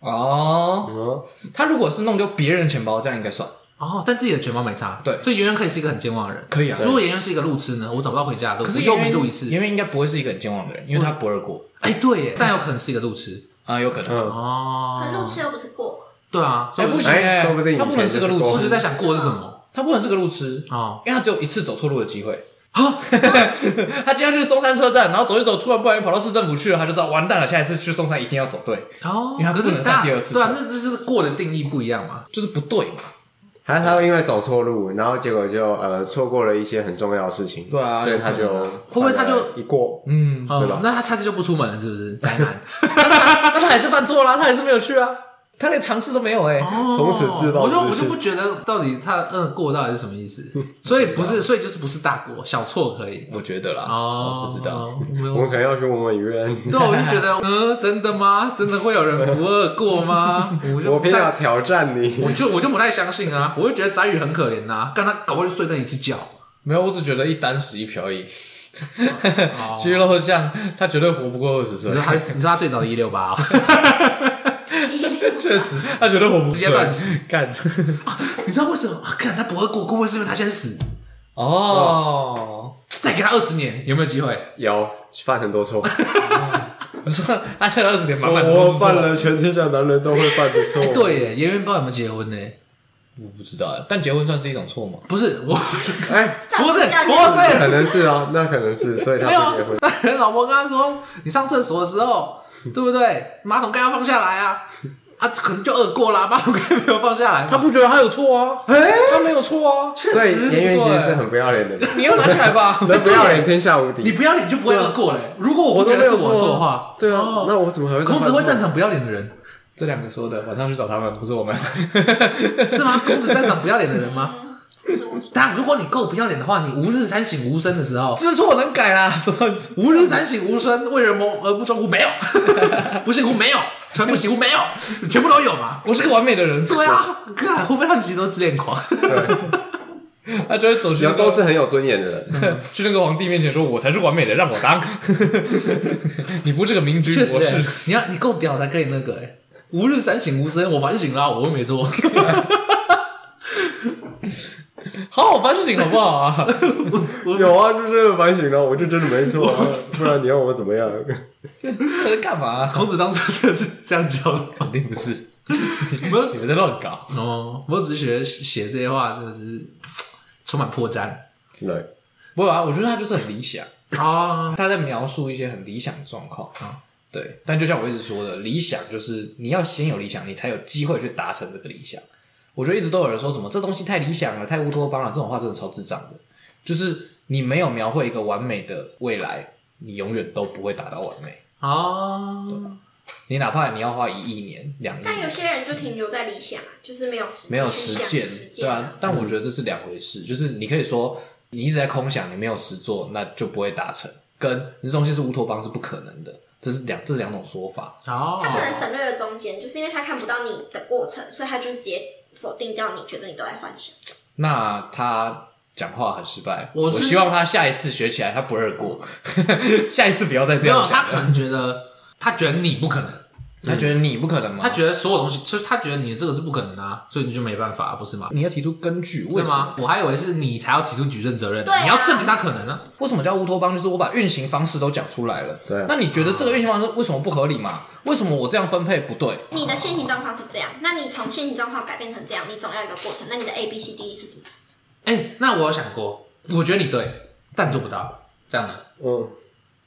S2: 哦，
S3: 哦，
S2: 他如果是弄丢别人钱包，这样应该算
S1: 哦，但自己的钱包没差，
S2: 对
S1: 所以演员可以是一个很健忘的人，
S2: 可以啊
S1: 如果演员是一个路痴呢，我找不到回家的路，
S2: 可是
S1: 我
S2: 演
S1: 又
S2: 员
S1: 迷路一次，
S2: 演员应该不会是一个很健忘的人，因为他不二过
S1: 哎，对耶，但有可能是一个路痴，
S2: 啊、有可能。
S3: 嗯，
S1: 哦，
S4: 可路痴又不是过，
S1: 对啊，
S2: 哎、
S1: 所以
S2: 不行哎、
S3: 哎说不定以
S2: 他
S3: 前
S2: 不能是个路
S3: 就是
S1: 我
S3: 过
S1: 只
S2: 痴
S1: 是，在想过是什么？
S2: 他不能是个路痴
S1: 哦，
S2: 因为他只有一次走错路的机会。 <laughs> 他今天去松山车站，然后走一走，突然不小心跑到市政府去了，他就知道完蛋了，下一次去松山一定要走对，
S1: 哦
S2: 因为他不
S1: 可
S2: 能
S1: 是
S2: 再
S1: 大
S2: 第二次
S1: 对啊，
S2: 走
S1: 那这是过的定义不一样嘛？
S2: 就是不对嘛。
S3: 还是他因为走错路，然后结果就呃错过了一些很重要的事情，
S2: 对啊
S3: 所以他
S2: 有
S3: 就
S2: 可能啊
S3: 会
S1: 不会他就
S3: 一过，
S2: 嗯，
S1: 哦
S3: 对吧
S1: 那他下次就不出门了，是不是？宅男。
S2: <laughs> 那他还是犯错啦，他还是没有去啊，他连尝试都没有哎、
S3: 从此自暴
S1: 哦我就我就
S3: 自弃
S1: 不。觉得到底他嗯过到底是什么意
S3: <laughs>
S1: 思，所以不是，所以就是不是大过小错可以
S2: 我觉得啦，
S1: 哦，
S2: 不知道，
S1: 没
S3: 我们
S1: 有。
S3: 可能要去问问渊，
S1: 对，啊我就觉得，嗯，真的吗？真的会有人不二过
S3: <laughs>
S1: 吗？我就
S3: 我
S1: 不
S3: 偏要
S1: 太，
S3: 挑战
S1: 我
S3: 你，
S1: 就我就不太相信啊！我就觉得翟宇很可怜呐，干他搞不好就睡那一次觉。
S2: 没有，我只觉得一单死一瓢饮。 <laughs> 肌肉像他绝对活不过二十岁
S1: 你说，
S3: <laughs>
S1: 他，你说他最早的一六八，啊
S2: 确实他绝对活不过
S1: 直接乱
S2: <laughs> 干
S1: 你知道为什么？看他不二过，会不会是因为他先死？
S2: <laughs> 哦。
S1: 再给他二十年，有没有机会？
S3: 有犯很
S1: <laughs>
S3: 多错，
S2: 你说他这二十年满满都
S3: 我
S2: 是
S3: 犯
S2: 错，
S3: 了全天下男人都会犯的错。
S1: 对耶，演员不知道有没有结婚呢？
S2: 我不知道哎，但结婚算是一种错吗？
S1: 不是，我不是，
S3: 哎、
S1: 不是，
S4: 下次
S1: 不是，
S3: 可能是哦，那可能是，所以他
S1: 没有
S3: 不
S1: 啊
S3: 结婚。，
S1: <laughs>
S3: <laughs>
S1: 那老婆跟他说：“你上厕所的时候，对不对？马桶盖要放下来啊。”啊，可能就饿过啦，八五该没有放下来嘛。
S2: 他不觉得他有错啊，他没有错啊，
S3: 所以
S2: 对
S3: 颜元杰是很不要脸的人，
S2: 你要拿起来 <laughs> 吧，
S3: 那不要脸天下无
S1: 你
S3: 敌。
S1: 不要脸就不会
S3: 啊
S1: 饿过嘞。如果我
S3: 我
S1: 不觉
S3: 都没
S1: 得是
S3: 有
S1: 我错的话，
S3: 对啊
S1: 哦，
S3: 那我怎么还会再
S1: 孔
S3: 犯
S1: 子
S3: 错？
S1: 会赞赏不要脸的人，
S2: 这两个说的，晚上去找他们，不是我们。 <laughs>
S1: 是
S3: <laughs>
S1: 吗？孔子赞赏不要脸的人吗？当然，如果你够不要脸的话，你无日三省吾身的时候，
S2: 知错能改啦，什么？
S1: 无日三省吾身，为人谋而不忠乎？没有， <laughs> 不信乎？没有，全不行乎？没有，全部都有嘛。
S2: 我是个完美的人，
S1: 对啊，看会不会他们其实都自恋狂？
S2: 他就会走去
S3: 你
S2: 那
S3: 要
S2: 个
S3: 都是很有尊严的人，
S1: <laughs>
S2: 去那个皇帝面前说：“我才是完美的，让我当。 <laughs> 你不是个明君，
S1: <laughs> 确实
S2: 我
S1: 欸
S2: 是。，
S1: 你要你够屌才可以那个哎。无日三省吾身，我反省啦，我又没做。 <laughs>
S2: 好好反省好不好 <laughs> 啊？
S3: <laughs> 有啊，就是反省了，我就真的没错啊，不然你要我怎么
S1: <laughs>
S3: 样？
S2: 在干嘛？
S1: 孔子当初真的是这样教的吗，
S2: 肯定不是，
S1: 没有
S2: <laughs> 你们在乱搞。
S1: 哦，我只是觉得写这些话就是充满破绽
S3: 对，
S2: 不会啊，我觉得他就是很理想，
S1: 啊。
S2: 他在描述一些很理想的状况啊。对，但就像我一直说的，理想就是你要先有理想，你才有机会去达成这个理想。我觉得一直都有人说什么这东西太理想了，太乌托邦了，这种话真的超智障的。就是你没有描绘一个完美的未来，你永远都不会达到完美。
S1: 啊哦，
S2: 你哪怕你要花一亿年、两亿
S4: 但有
S2: 年，
S4: 些人就停留在理想啊，就是没有实际
S2: 没有
S4: 去
S2: 实
S4: 想
S2: 践，
S4: 实
S2: 对
S4: 践
S2: 啊。但我觉得这是两回事，就是你可以说你一直在空想，你没有实做，那就不会达成。跟你这东西是乌托邦是不可能的，这是两这是两种说法。
S1: 哦
S4: 他可能省略了中间，就是因为他看不到你的过程，所以他就直接否定掉你，觉得你都在幻想。
S2: 那他讲话很失败，
S1: 我
S2: 我
S1: 是
S2: 希望他下一次学起来，他不二过， <laughs> 下一次不要再这
S1: 没有，
S2: 样
S1: 他
S2: 讲
S1: 可
S2: 了。
S1: 能觉得，他觉得你不可能，
S2: 他觉得你不可能吗？
S1: 他觉得所有东西，就是他觉得你这个是不可能啊，所以你就没办法，不是吗？
S2: 你要提出根据，为
S1: 对
S2: 什
S1: 吗
S2: 么？？
S1: 我还以为是你才要提出举证责任呢，
S4: 对啊
S1: 你要证明他可能啊呢。
S2: 为什么叫乌托邦？就是我把运行方式都讲出来了。
S3: 对啊
S2: 那你觉得这个运行方式为什么不合理嘛？为什么我这样分配不对？
S4: 你的现行状况是这样，那你从现行状况改变成这样，你总要有一个过程。那你的 A B C D 是什么？
S1: 哎，那我有想过，我觉得你对，但做不到，这样的
S3: 嗯，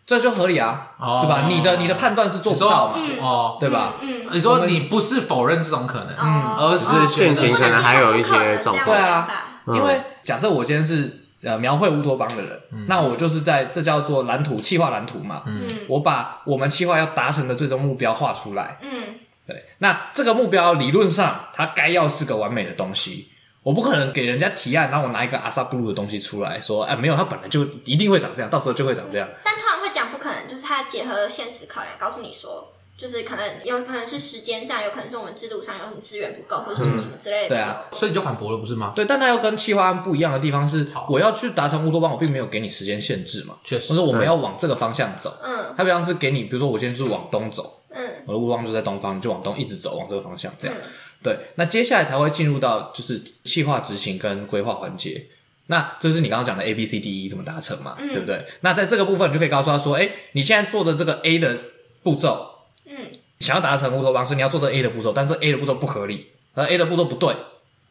S2: 这就合理啊，
S1: 哦
S2: 对吧？你的你的判断是做不到嘛，
S4: 嗯
S1: 哦。
S2: 对吧？
S4: 嗯，
S1: 你说你不是否认这种可能，
S4: 哦
S1: 而是
S3: 只是现
S1: 觉得
S3: 行可能还有一些状况
S4: 对啊，
S2: 因为假设我今天是呃描绘乌托邦的人，那我就是在这叫做蓝图企划蓝图嘛，
S4: 嗯
S2: 我把我们企划要达成的最终目标画出来。
S4: 嗯，
S2: 对，那这个目标理论上它该要是个完美的东西，我不可能给人家提案，然后我拿一个阿萨布鲁的东西出来说，哎，没有，它本来就一定会长这样，到时候就会长这样。
S4: 但通常会讲不可能，就是它结合了现实考量，告诉你说，就是可能有可能是时间上，有可能是我们制度上有什么资源不够，或者什么什么之类的。
S2: 对啊，
S1: 所以你就反驳了，不是吗？
S2: 对，但它又跟企划案不一样的地方是，我要去达成乌托邦，我并没有给你时间限制嘛，
S1: 确实嗯
S2: 我说我们要往这个方向走，
S4: 嗯
S2: 它比方是给你，比如说我现在是往东走，
S4: 嗯
S2: 我的乌托邦就在东方，你就往东一直走，往这个方向这样。
S4: 嗯
S2: 对，那接下来才会进入到就是企划执行跟规划环节。那这是你刚刚讲的 A B C D E 怎么达成嘛，对不
S4: 嗯
S2: 对？那在这个部分，你就可以告诉他说，哎，你现在做的这个 A 的步骤，
S4: 嗯，
S2: 想要达成乌托邦，是你要做这 A 的步骤，但是 A 的步骤不合理，而 A 的步骤不对，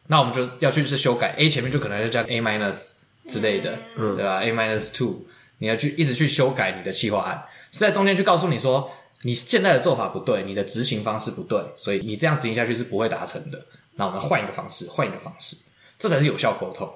S2: 那我们就要去是修改 A 前面就可能要加 A minus 之类
S4: 嗯
S2: 的，对吧？A minus two，你要去一直去修改你的企划案，是在中间去告诉你说你现在的做法不对，你的执行方式不对，所以你这样执行下去是不会达成的。那我们换一个方式，换一个方式，这才是有效沟通。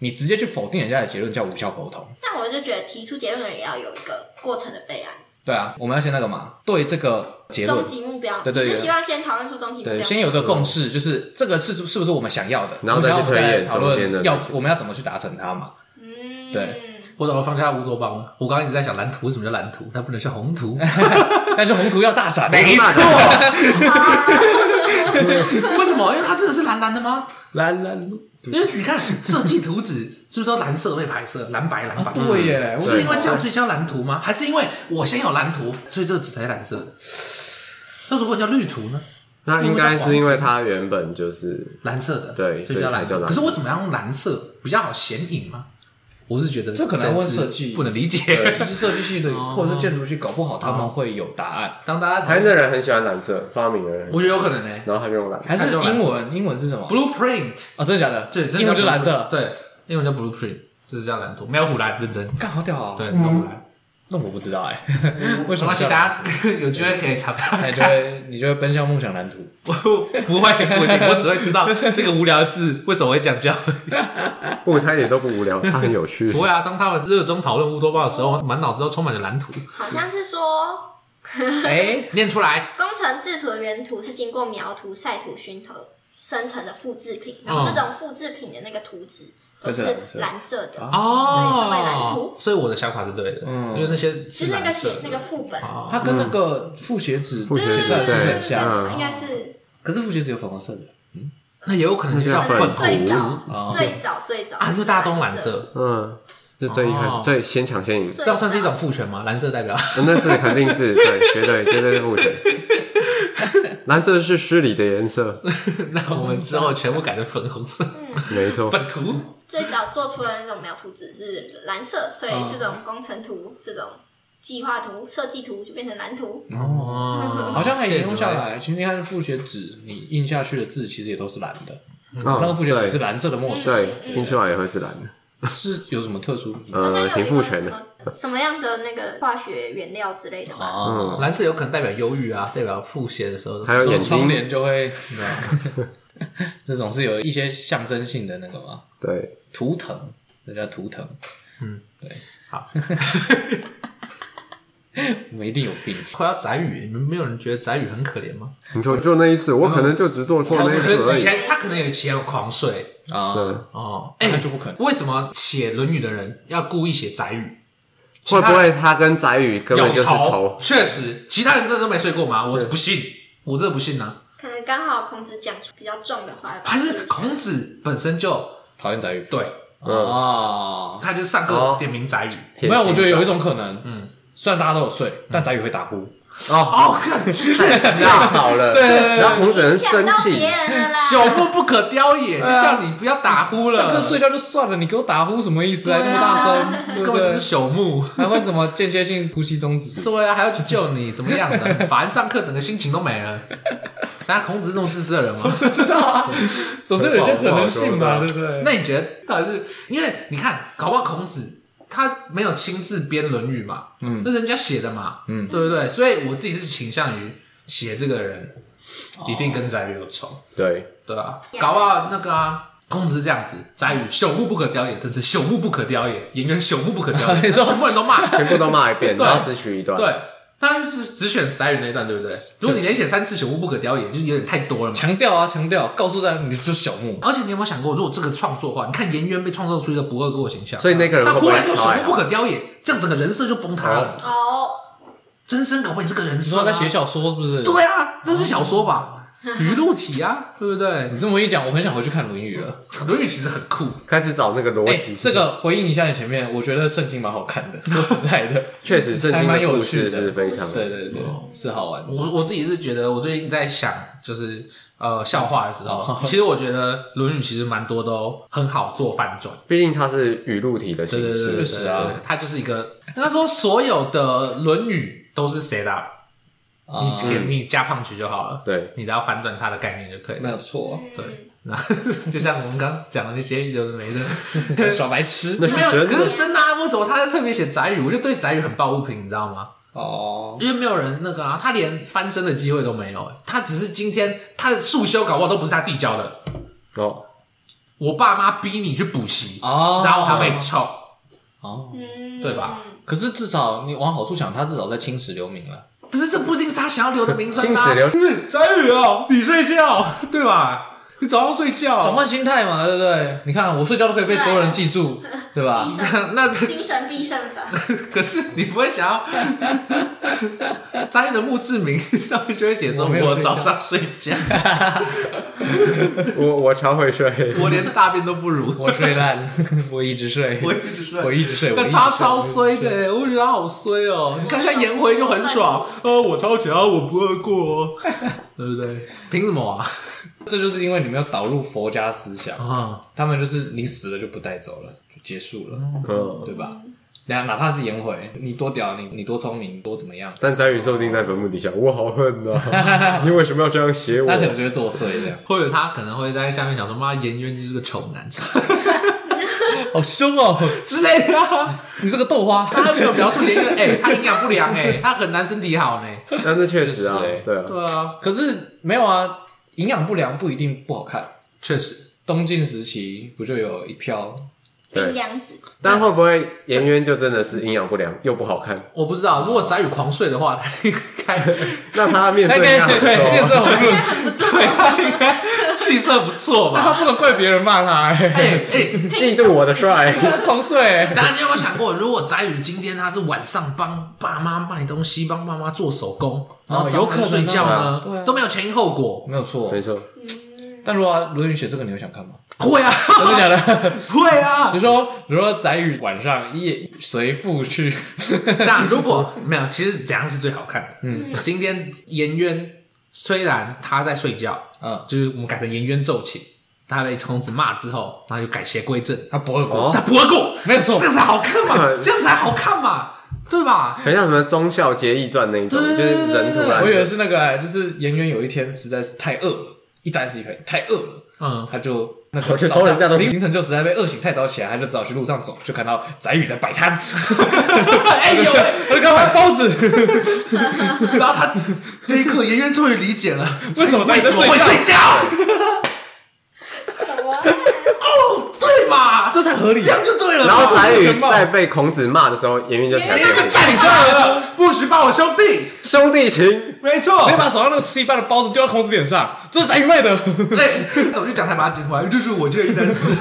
S2: 你直接去否定人家的结论叫无效沟通。
S4: 但我就觉得提出结论的人也要有一个过程的备案，
S2: 对啊，我们要先那个嘛，对这个结论
S4: 终，极目标，
S2: 对对
S4: 你
S2: 对
S4: 是希望先讨论出终极目标
S2: 对，
S4: 吗，
S2: 先有一个共识，就是这个是是不是我们想要的，
S3: 然后再去
S2: 我们想要
S3: 推演
S2: 讨
S3: 中间的
S2: 论要
S3: 东西
S2: 我们要怎么去达成它嘛。
S4: 嗯，
S2: 对
S1: 我找到放下乌托邦了。我刚刚一直在想蓝图为什么叫蓝图，它不能是宏
S2: <laughs>
S1: 图。
S2: 但是宏图要大展，啊
S3: 没错
S1: 为什么？因为它这个是蓝蓝的吗？
S2: <laughs> 蓝蓝路，
S1: 因为你看设计图纸是不是都蓝色被排色，蓝白蓝白？
S2: 啊对耶，
S1: 是因为这样所以叫蓝图吗？还是因为我先有蓝图，所以这个纸才是蓝色的？那如果叫绿图呢？
S3: 那应该是因为他原本就是
S1: 蓝色的，
S3: 对
S1: 所以叫蓝
S3: 所以才叫
S1: 图。
S3: 蓝
S1: 可
S3: 图
S1: 是为什么要用蓝色比较好显影吗？我是觉得
S2: 这可能要问设计
S1: 真是不能理
S2: 对，
S1: 解。
S2: 就是设计系的或者是建筑系，搞不好他们会有答案，
S1: <laughs> 当大家
S3: 台湾的人很喜欢蓝色，发明的人很喜
S1: 我
S3: 欢，
S1: 觉得有可能呢。
S3: 然后他就用蓝，
S2: 还是
S1: 看就蓝
S2: 英文？英文是什么？
S1: Blueprint
S2: 哦，真的假的？
S1: 对，真的
S2: 英文就
S1: 叫
S2: 蓝色。
S1: 对，英文叫 Blueprint，就是叫蓝图，没有虎蓝，认真。
S4: 嗯
S2: 干好屌啊！
S1: 对，没有虎蓝。
S2: 那我不知道哎、 <laughs> 为什么
S1: 而且
S2: 叫
S1: 大家 <laughs> 有机会可以查查
S2: 哎，
S1: <laughs>
S2: 就 <laughs> 会你就会奔向梦想蓝图。
S1: 不会，我我只会知 <laughs> 道这个无聊的字为什么会讲教。
S3: 不，他一点都不无聊，他很有趣。
S1: 不会啊，当他们热衷讨论乌托邦的时候，满脑子都充满了蓝图。
S4: 好像是说
S2: 哎，
S1: 念出来，
S4: 工程制图的原图是经过描图、晒图、熏陶生成的复制品，然后这种复制品的那个图纸都是
S2: 都是蓝
S4: 蓝色的，所以
S1: 哦
S4: 成为蓝图，
S1: 所以我的想法是对的，因为那些
S4: 就是是那个
S1: 蓝色啊
S4: 写那个副本，
S2: 它跟那个复写纸
S3: 复写纸
S2: 写出来的
S3: 对
S2: 是很
S3: 对
S2: 像，
S1: 啊
S3: 嗯
S4: 应该是
S2: 可是复写纸有粉红色的。
S1: 那也有可能就叫
S3: 那个
S1: 粉
S3: 粉
S1: 红
S4: 最早
S2: 哦
S4: 最早最早
S1: 啊，因为大家都蓝
S4: 色，
S1: 色，
S3: 嗯，是最一开
S1: 哦
S3: 始最先抢先赢，呃
S4: 最
S1: 这样算是一
S4: 早
S1: 种赋权吗？蓝色代表
S3: 那是肯定是对，绝对绝对是不选。
S1: <laughs>
S3: 蓝色是失礼的颜色，
S1: 那我们之后全部改成粉红色
S3: 没错。
S1: 粉图。
S4: 最早做出的那种描图纸是蓝色，所以这种工程图、这种计划图、设计图就变成蓝图。
S1: 哦，
S2: 好像还沿用
S1: 用
S2: 下。来。其实你看复写纸，你印下去的字其实也都是蓝的，
S3: 那
S2: 那个复写纸是蓝色的墨水，
S3: 嗯对，印出来也会是蓝的。
S2: 是有什么特殊？
S3: 呃，
S4: 好像有
S3: 挺
S4: 一
S3: 父
S4: 个
S3: 权
S4: 什
S3: 的，
S4: 么什么样的那个化学原料之类的吧？
S2: 啊，
S1: 蓝色有可能代表忧郁啊，代表腹泻的时候。
S3: 还有
S2: 所以
S3: 眼
S2: 窗
S3: 睛，
S2: 帘就会，你知道 <laughs> 吗这种是有一些象征性的那个嘛，
S3: 对，
S2: 图腾，那叫图腾。嗯
S1: 好，
S2: <laughs> 我们一定有病。
S1: 快要宅语，你们没有人觉得宅语很可怜吗？
S3: 你说就那一次，我可能就只做错
S1: 嗯他
S3: 那一
S1: 可
S3: 次而
S1: 能以
S3: 已。
S1: 前他可能有以前有狂睡
S2: 啊，
S3: 嗯，
S1: 哦，哎
S2: 那就不可能。
S1: 为什么写《论语》的人要故意写宅语？
S3: 会不会他跟翟宇根
S1: 有
S3: 本就是
S1: 仇
S3: 仇？？
S1: 确实，其他人真的都没睡过吗？我不信，我真的不信呐、
S4: 可能刚好孔子讲出比较重的话吧，
S1: 还是孔子本身就
S2: 讨厌宅语
S1: 对，
S3: 嗯，
S2: 啊，
S1: 他就上课
S3: 哦
S1: 点名宅语。
S2: 没有，我觉得有一种可能，
S1: 嗯
S2: 嗯，虽然大家都有睡，但宅语会打呼。
S3: 哦，
S1: 哦，看确实
S3: 太
S1: 啊，
S3: 好了，然后孔子很
S4: 想
S3: 生
S4: 到
S3: 气
S4: 别，人的啦。
S1: 朽木不可雕也，就叫你不要打呼了。
S2: 上课睡觉就算了，你给我打呼什么意思啊？
S1: 对
S2: 那么
S1: 啊
S2: 大声，对
S1: 根
S2: 不
S1: 本就
S2: 对？
S1: 是朽木。
S2: 还会怎么间歇性呼吸
S1: <laughs>
S2: 终止？
S1: 对啊，还要去救你，怎么样的？反正上课整个心情都没了。那孔子是这种自私的人吗？
S2: <laughs> 总之有一些可能性
S3: 不好
S2: 嘛，
S3: 说
S2: 对不对？
S1: 那你觉得到底是因为你看，搞不好孔子他没有亲自编《论语》嘛，嗯，那人家写的嘛，嗯，对不对？所以我自己是倾向于写这个人一定跟宰予有仇，
S3: 对，
S1: 对吧、搞不好那个啊。孔子是这样子，宰予朽木不可雕也，真是朽木不可雕也，演员朽木不可雕也，
S2: 你说
S1: 全部人都骂，
S3: 全部都骂一遍，
S1: 对
S3: 然后只取一段。
S1: 对，他就是只选宰予那一段，对不对？如果你连写三次朽木不可雕也，就是有点太多了嘛。
S2: 强调啊，强调，告诉大家你就是小木，
S1: 而且你有没有想过，如果这个创作的话，你看颜渊被创造出一个不二过的形象，
S3: 所以那个人
S1: 那
S3: 会
S1: 忽
S3: 不会
S1: 然就
S3: 超
S1: 朽
S3: 爱
S1: 木不可雕也，这样整个人设就崩塌了。
S4: 哦，
S1: 真生搞不好也是个人
S2: 你
S1: 设、
S2: 说
S1: 啊，
S2: 在写小说是不是？
S1: 对啊，那是小说吧？语录体啊，对不对？
S2: 你
S1: 《
S3: 哦
S2: 这么一讲，我很想回去看《论语》了。
S1: 论语》其实很酷，
S3: 开始找那个逻
S2: 哎
S3: 辑，，
S2: 这个回应一下你前面，我觉得圣经蛮好看的，说实在的，
S3: 确实圣
S2: 还
S3: 经
S2: 蛮有
S3: 故
S2: 趣
S3: 事
S2: 的
S3: 是非常
S2: 对对对，是好玩的。
S1: 我我自己是觉得，我最近在想，就是呃笑话的时
S3: <laughs>
S1: 候，其实我觉得《论语》其实蛮多都很好做反转。
S3: 毕竟它是语录体的形
S1: 对对
S3: 式，
S1: 对，
S2: 确实啊
S1: 对，它就是一个，应该说所有的《论语》都是 set up，
S2: 啊
S1: 你给你加胖曲就好了，
S3: 对，
S1: 你只要反转它的概念就可以
S2: 没
S1: 了。
S2: 有错，
S4: 嗯
S1: 对，那就像我们刚刚讲的那些有的没的，
S2: <laughs> 小白痴
S3: 那
S1: 没
S3: 是
S1: 有，
S3: 真
S1: 可是
S3: 的。
S1: 真的啊，为什么他特别写宅语？我就对宅语很抱不平，你知道吗？
S2: 哦，
S1: 因为没有人那个啊，他连翻身的机会都没有、欸他只是今天他的速修搞不好都不是他自己教的，
S3: <laughs> 哦，
S1: 我爸妈逼你去补习，
S2: 哦
S1: 然后他被臭，
S2: 哦，
S4: 嗯，
S1: 对吧？
S2: 可是至少你往好处想，他至少在青史留名了。
S1: 可是这不一定是他想要留的名声
S3: 青
S1: 啊
S3: 史。留
S1: 是宅语哦，你睡觉 <laughs> 对吧？你早上睡
S2: 转
S1: 觉，
S2: 换心态嘛，对不对？你看我睡觉都可以被所有人记住，对
S4: <laughs>
S2: 吧？
S1: 啊那这
S4: 精神必胜
S1: <laughs>
S4: 法，
S1: 可是你不会想要张宇的墓志铭 <laughs> 上面就会写说，
S2: 我没有
S1: 我
S2: 睡觉
S1: 早上睡觉，
S3: 我我超会睡，
S1: 我连大便都不如，
S2: 我睡烂， <laughs> 我一直睡，
S1: 我一直睡
S2: 我一直睡，我一
S1: 那
S2: 直
S1: 超
S2: 睡
S1: 超衰的欸，我觉得好衰哦。你看像颜回就很爽，呃，我超强，我不二过 <laughs> 哦，对不对？凭什么啊？
S2: <laughs>
S1: <laughs>
S2: 这就是因为你没有导入佛家思想，
S1: 啊，
S2: 他们就是你死了就不带走了，就结束了，
S3: 嗯，
S2: 对吧？那哪怕是颜回，你多屌，你你多聪明，多怎么样，
S3: 但张宇说不定在坟墓底下，我好恨呐！ <laughs> 你为什么要这样写我
S2: 他？可能就会作祟这样。
S1: 或者他可能会在下面讲说，妈，颜渊就是个丑男，
S2: 好凶哦！
S1: <laughs> 之类的啊。
S2: <laughs> 你这个豆花，
S1: 他没有描述严格，哎，他营养不良，哎，他很难身体好呢。
S3: 但是确实啊
S2: 确实欸，
S3: 对啊，
S1: 对啊，
S2: 可是没有啊，营养不良不一定不好看。
S1: 确实，
S2: 东晋时期不就有一票？
S3: 对
S4: 冰凉子，
S3: 但会不会颜渊就真的是营养不良又不好看？
S1: 我不知道，如果翟宇狂睡的话， <laughs> 应该
S3: 那他面色
S2: 哎，
S3: 应该很
S2: <laughs> 对，面
S3: 不
S2: 色红润，
S1: 气色不错
S2: 他
S1: 吧？
S2: 啊不能怪别人骂他， <laughs> 哎，
S1: 哎哎，
S3: 错，嫉妒我的帅。
S2: 他狂睡，哎
S1: <laughs> 大家有没有想过，如果翟宇今天他是晚上帮爸妈卖东西，帮爸妈做手工，然后早
S2: 有可
S1: 上
S2: 能啊
S1: 睡觉呢，
S2: 对啊
S1: 都没有前因后果。
S2: <laughs> 没有错
S3: <laughs> 没。错，
S2: 但如果《论语》写这 <laughs> 个，你会想 <laughs> 看吗？
S1: 会 <laughs> 啊，
S2: 真的假的？
S1: 会啊
S2: 你。说， <laughs> 你说翟宇晚上夜随父去， <laughs>
S1: 那如果没有，其实怎样是最好看的？嗯，今天颜渊虽然他在睡觉，
S2: 嗯，
S1: 就是我们改成颜渊奏琴，他被孔子骂之后，然后就改邪归正，
S2: 他不会过。
S1: 他不会过，
S2: 没有错
S1: 这样才好看嘛，
S3: 嗯
S1: 这样才好看嘛，对吧？
S3: 很像什么《忠孝节义传》那一种，
S1: 对
S3: 就
S1: 对
S3: 是
S1: 对对
S3: 人突然
S2: 我以为是那个、哎就是颜渊有一天实在是太饿了，一单是一盆太饿了，
S1: 嗯，
S2: 他就那
S3: 我
S2: 个
S3: 去
S2: 早
S3: 偷人
S2: 上
S3: 家东西
S2: 凌晨就实在被饿醒，太早起来，他就只好去路上走，就看到翟宇在摆
S1: <laughs>
S2: 摊，
S1: 哎呦，
S2: 我就刚买包子，
S1: 然后他这一刻，颜渊终于理解了
S2: 为什么在
S1: 为
S2: 你
S1: 什
S2: 在
S1: 么会睡
S2: 睡
S1: 觉。
S4: 什么啊？
S1: 哦，对嘛， <laughs> 这才合理，这啊样就对了嘛。
S3: 然后
S2: 宰
S3: 翟
S2: 予
S3: 宇在被孔子骂的时候，颜渊就
S1: 哎
S3: 踩
S1: 你
S3: 过
S1: 们 <laughs>
S3: 去，
S1: 在你身上了，不许骂我兄弟。哎
S3: 兄弟情，
S1: 没错
S2: 直接把手上那个吃一半的包子丢到孔子脸上，这是翟宇卖
S1: <laughs>
S2: 的。
S1: 对，走去讲台把它捡回来，就是我这一单词。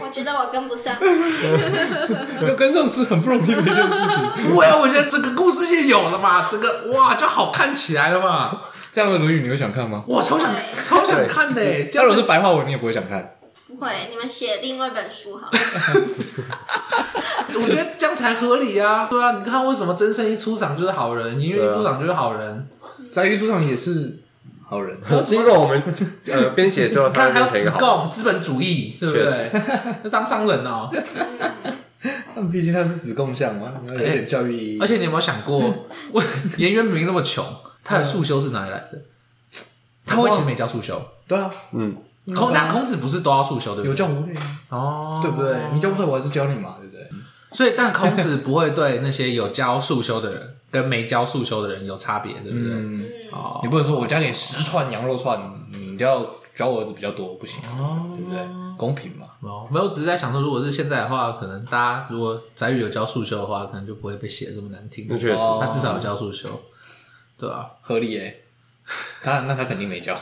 S4: 我觉得我跟不上，
S2: 要跟上是很不容易的一件事情。
S1: 不会啊，我觉得整个故事就有了嘛，整个哇就好看起来了嘛。
S2: 这样的《论语》你会想看吗？
S1: 我超想
S4: 对
S1: 超想看的、欸，
S2: 假如果是白话文，你也不会想看。
S4: 不会，你们写另外一本书
S1: <laughs>
S4: 好了。
S1: 我觉得这样才合理啊。对啊，你看为什么真圣一出场就是好人，你愿一出场就是好人，
S2: 翟宇书上也是好
S1: <laughs>
S2: 人，
S3: 经过我们呃编写之后，
S1: 你
S3: 他
S1: 看还
S3: 变
S1: 有
S3: 成一个
S1: 子
S3: 好。
S1: 贡资本主义，对不
S3: 确
S1: 对
S3: 实？
S1: <laughs> 那当商人哦、
S2: 但毕竟他是子贡像嘛，有点教育意义
S1: 哎而。且你有没有想过， <laughs> 我颜渊明明那么穷，他的束修是哪里来的？他为什么没教束修？
S2: 对啊，
S3: 嗯，
S1: 孔那孔子不啊是都要束修对不
S2: 有
S1: 对？
S2: 教无类啊，
S1: 哦，
S2: 对不对？你教不出来，我还是教你嘛，对不对？
S1: 所以，但孔子不会对那些有教束修的人跟没教束修的人有差别，对不对？
S2: 嗯，
S1: 哦
S2: 你不能说我家里十串羊肉串，你就要教我儿子比较多，不行，啊
S3: 哦
S2: 对不对？公平嘛。
S1: 哦，没有，只是在想说，如果是现在的话，可能大家如果翟宇有教束修的话，可能就不会被写得这么难听。
S3: 那确实
S1: 他至少有教束修，对啊吧、
S2: 合理耶、
S3: <laughs>
S2: 他那他肯定没教。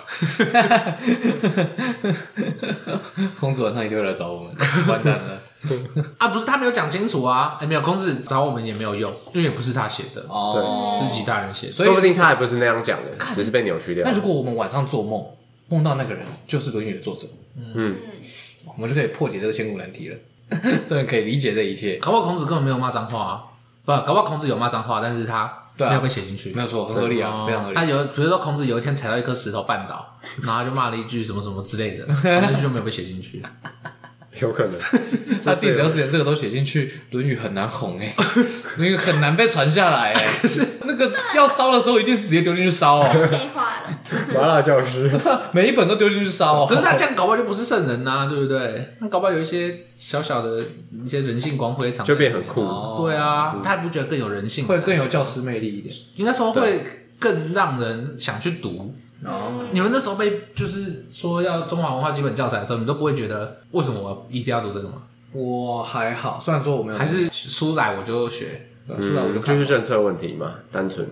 S2: 孔子晚上一定会来找
S3: <laughs>
S2: 我们，完蛋了。
S1: 啊？不是他没有讲清楚啊，哎，没有，孔子找我们也没有用，因为也不是他写的，
S2: 哦，
S1: 是其他人写的。
S2: 所以
S3: 说不定他还不是那样讲的，只是被扭曲掉
S2: 那。如果我们晚上做梦，梦到那个人就是《论语》的作者，
S3: 嗯，
S2: 我们就可以破解这个千古难题了。 <laughs> 这人可以理解这一切，
S1: 搞不好孔子根本没有骂脏话啊，不，搞不好孔子有骂脏话，但是他
S2: 对啊
S1: 没有被写进去
S2: 没。有错，很合理啊，
S1: 哦
S2: 非常合
S1: 他
S2: 理。
S1: 有，比如说孔子有一天踩到一颗石头绊倒，然后他就骂了一句什么什么之类的，然后那句就没有被写进去。
S3: <laughs> 有可能。 <laughs>
S2: 他自己只要是连这个都写进去，《论语》很难红哎、那个很难被传下来哎、那个要烧的时候一定是直接丢进去烧哦，
S4: 废话了，
S3: 麻辣教师，
S2: 每一本都丢进去烧哦。
S1: 可是他这样搞不好就不是圣人呐、对不对？他搞不好有一些小小的一些人性光辉藏，
S3: 就变很。酷。嗯
S2: 哦
S1: 对啊，他不觉得更有人性，
S2: 会更有，教师魅力一点。
S1: 应该说会更让人想去读。哦，你们那时候被就是说要中华文化基本教材的时候，你都不会觉得为什么我一定要读这个吗？
S2: 我还好，虽然说我没有，
S1: 还是出来我就学？
S2: 呃出来我就
S3: 嗯就
S2: 看了
S3: 是政策问题嘛，单纯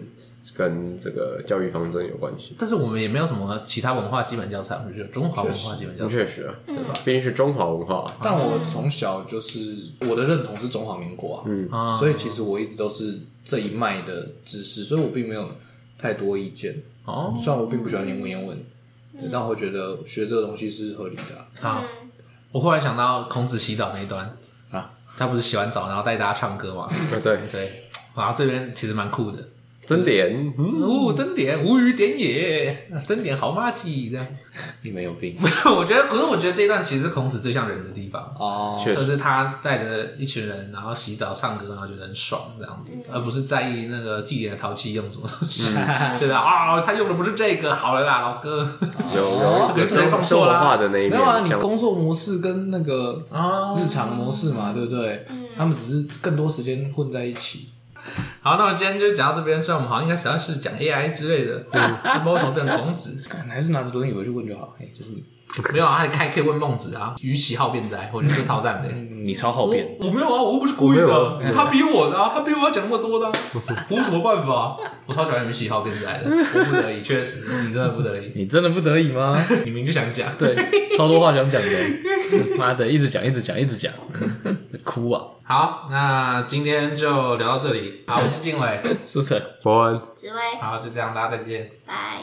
S3: 跟这个教育方针有关系。
S1: 但是我们也没有什么其他文化基本教材，我们只有中华文化基本教材。
S3: 确实啊，
S2: 嗯
S3: 毕竟是中华文化， <laughs>
S2: 但我从小就是我的认同是中华民国啊，
S1: 啊
S2: 所以其实我一直都是这一脉的知识，所以我并没有太多意见。
S1: 哦，
S2: 虽然我并不喜欢念文言文，但我觉得学这个东西是合理的啊、
S1: 好，
S4: 嗯
S1: 我忽然想到孔子洗澡那一段
S2: 啊，
S1: 他不是洗完澡然后带大家唱歌嘛？
S3: 啊对，
S1: 对，然后这边其实蛮酷的。
S3: 真点，嗯，
S1: 哦，真点无语点也，真点好妈鸡这样。 <laughs>
S2: 你没有病
S1: 我觉得，可是我觉得这一段其实是孔子最像人的地方，
S2: 哦
S3: 确
S1: 就
S3: 实
S1: 是他带着一群人，然后洗澡、唱歌，然后觉得很爽这样子，而不是在意那个祭典的陶器用什么东西， <laughs> 觉得啊、他用的不是这个，好了啦，老哥
S3: 有
S2: 哦
S3: 有有
S1: 谁
S3: 生
S1: 放
S3: 生
S1: 错
S3: 活
S1: 啦
S3: 化的那一
S2: 没
S3: 面
S2: 有啊，，你
S3: 像
S2: 工作模式跟那个
S1: 啊
S2: 日常模式嘛，对不对？他们只是更多时间混在一起。
S1: <laughs> 好，那我今天就讲到这边，虽然我们好像应该实际上是讲 AI 之类的，嗯，不知道为什么变成孔子，
S2: 干还是拿着轮椅回去问就好。哎，这是你，
S1: 没有啊，还可以可以问孟子啊，与其好辩哉，我觉得这超赞的、
S2: 你超好辩。
S1: 我没有啊，我又不是故意的
S3: 我
S1: 啊，是他逼我的啊，他逼我要讲那么多的啊，我有什么办法？ <laughs> 我超喜欢于喜浩变起来的，我不得已，确实，你真的不得已，
S2: 你真的不得已吗？
S1: 你明就想讲，
S2: <laughs> 对，超多话想 <laughs> 讲的，妈的，一直讲，一直讲，一直讲， <laughs> 哭啊！
S1: 好，那今天就聊到这里，好，我是静伟，
S2: 是不是？
S3: 伯恩。
S4: 紫薇，
S1: 好，就这样，大家再见。
S4: 拜。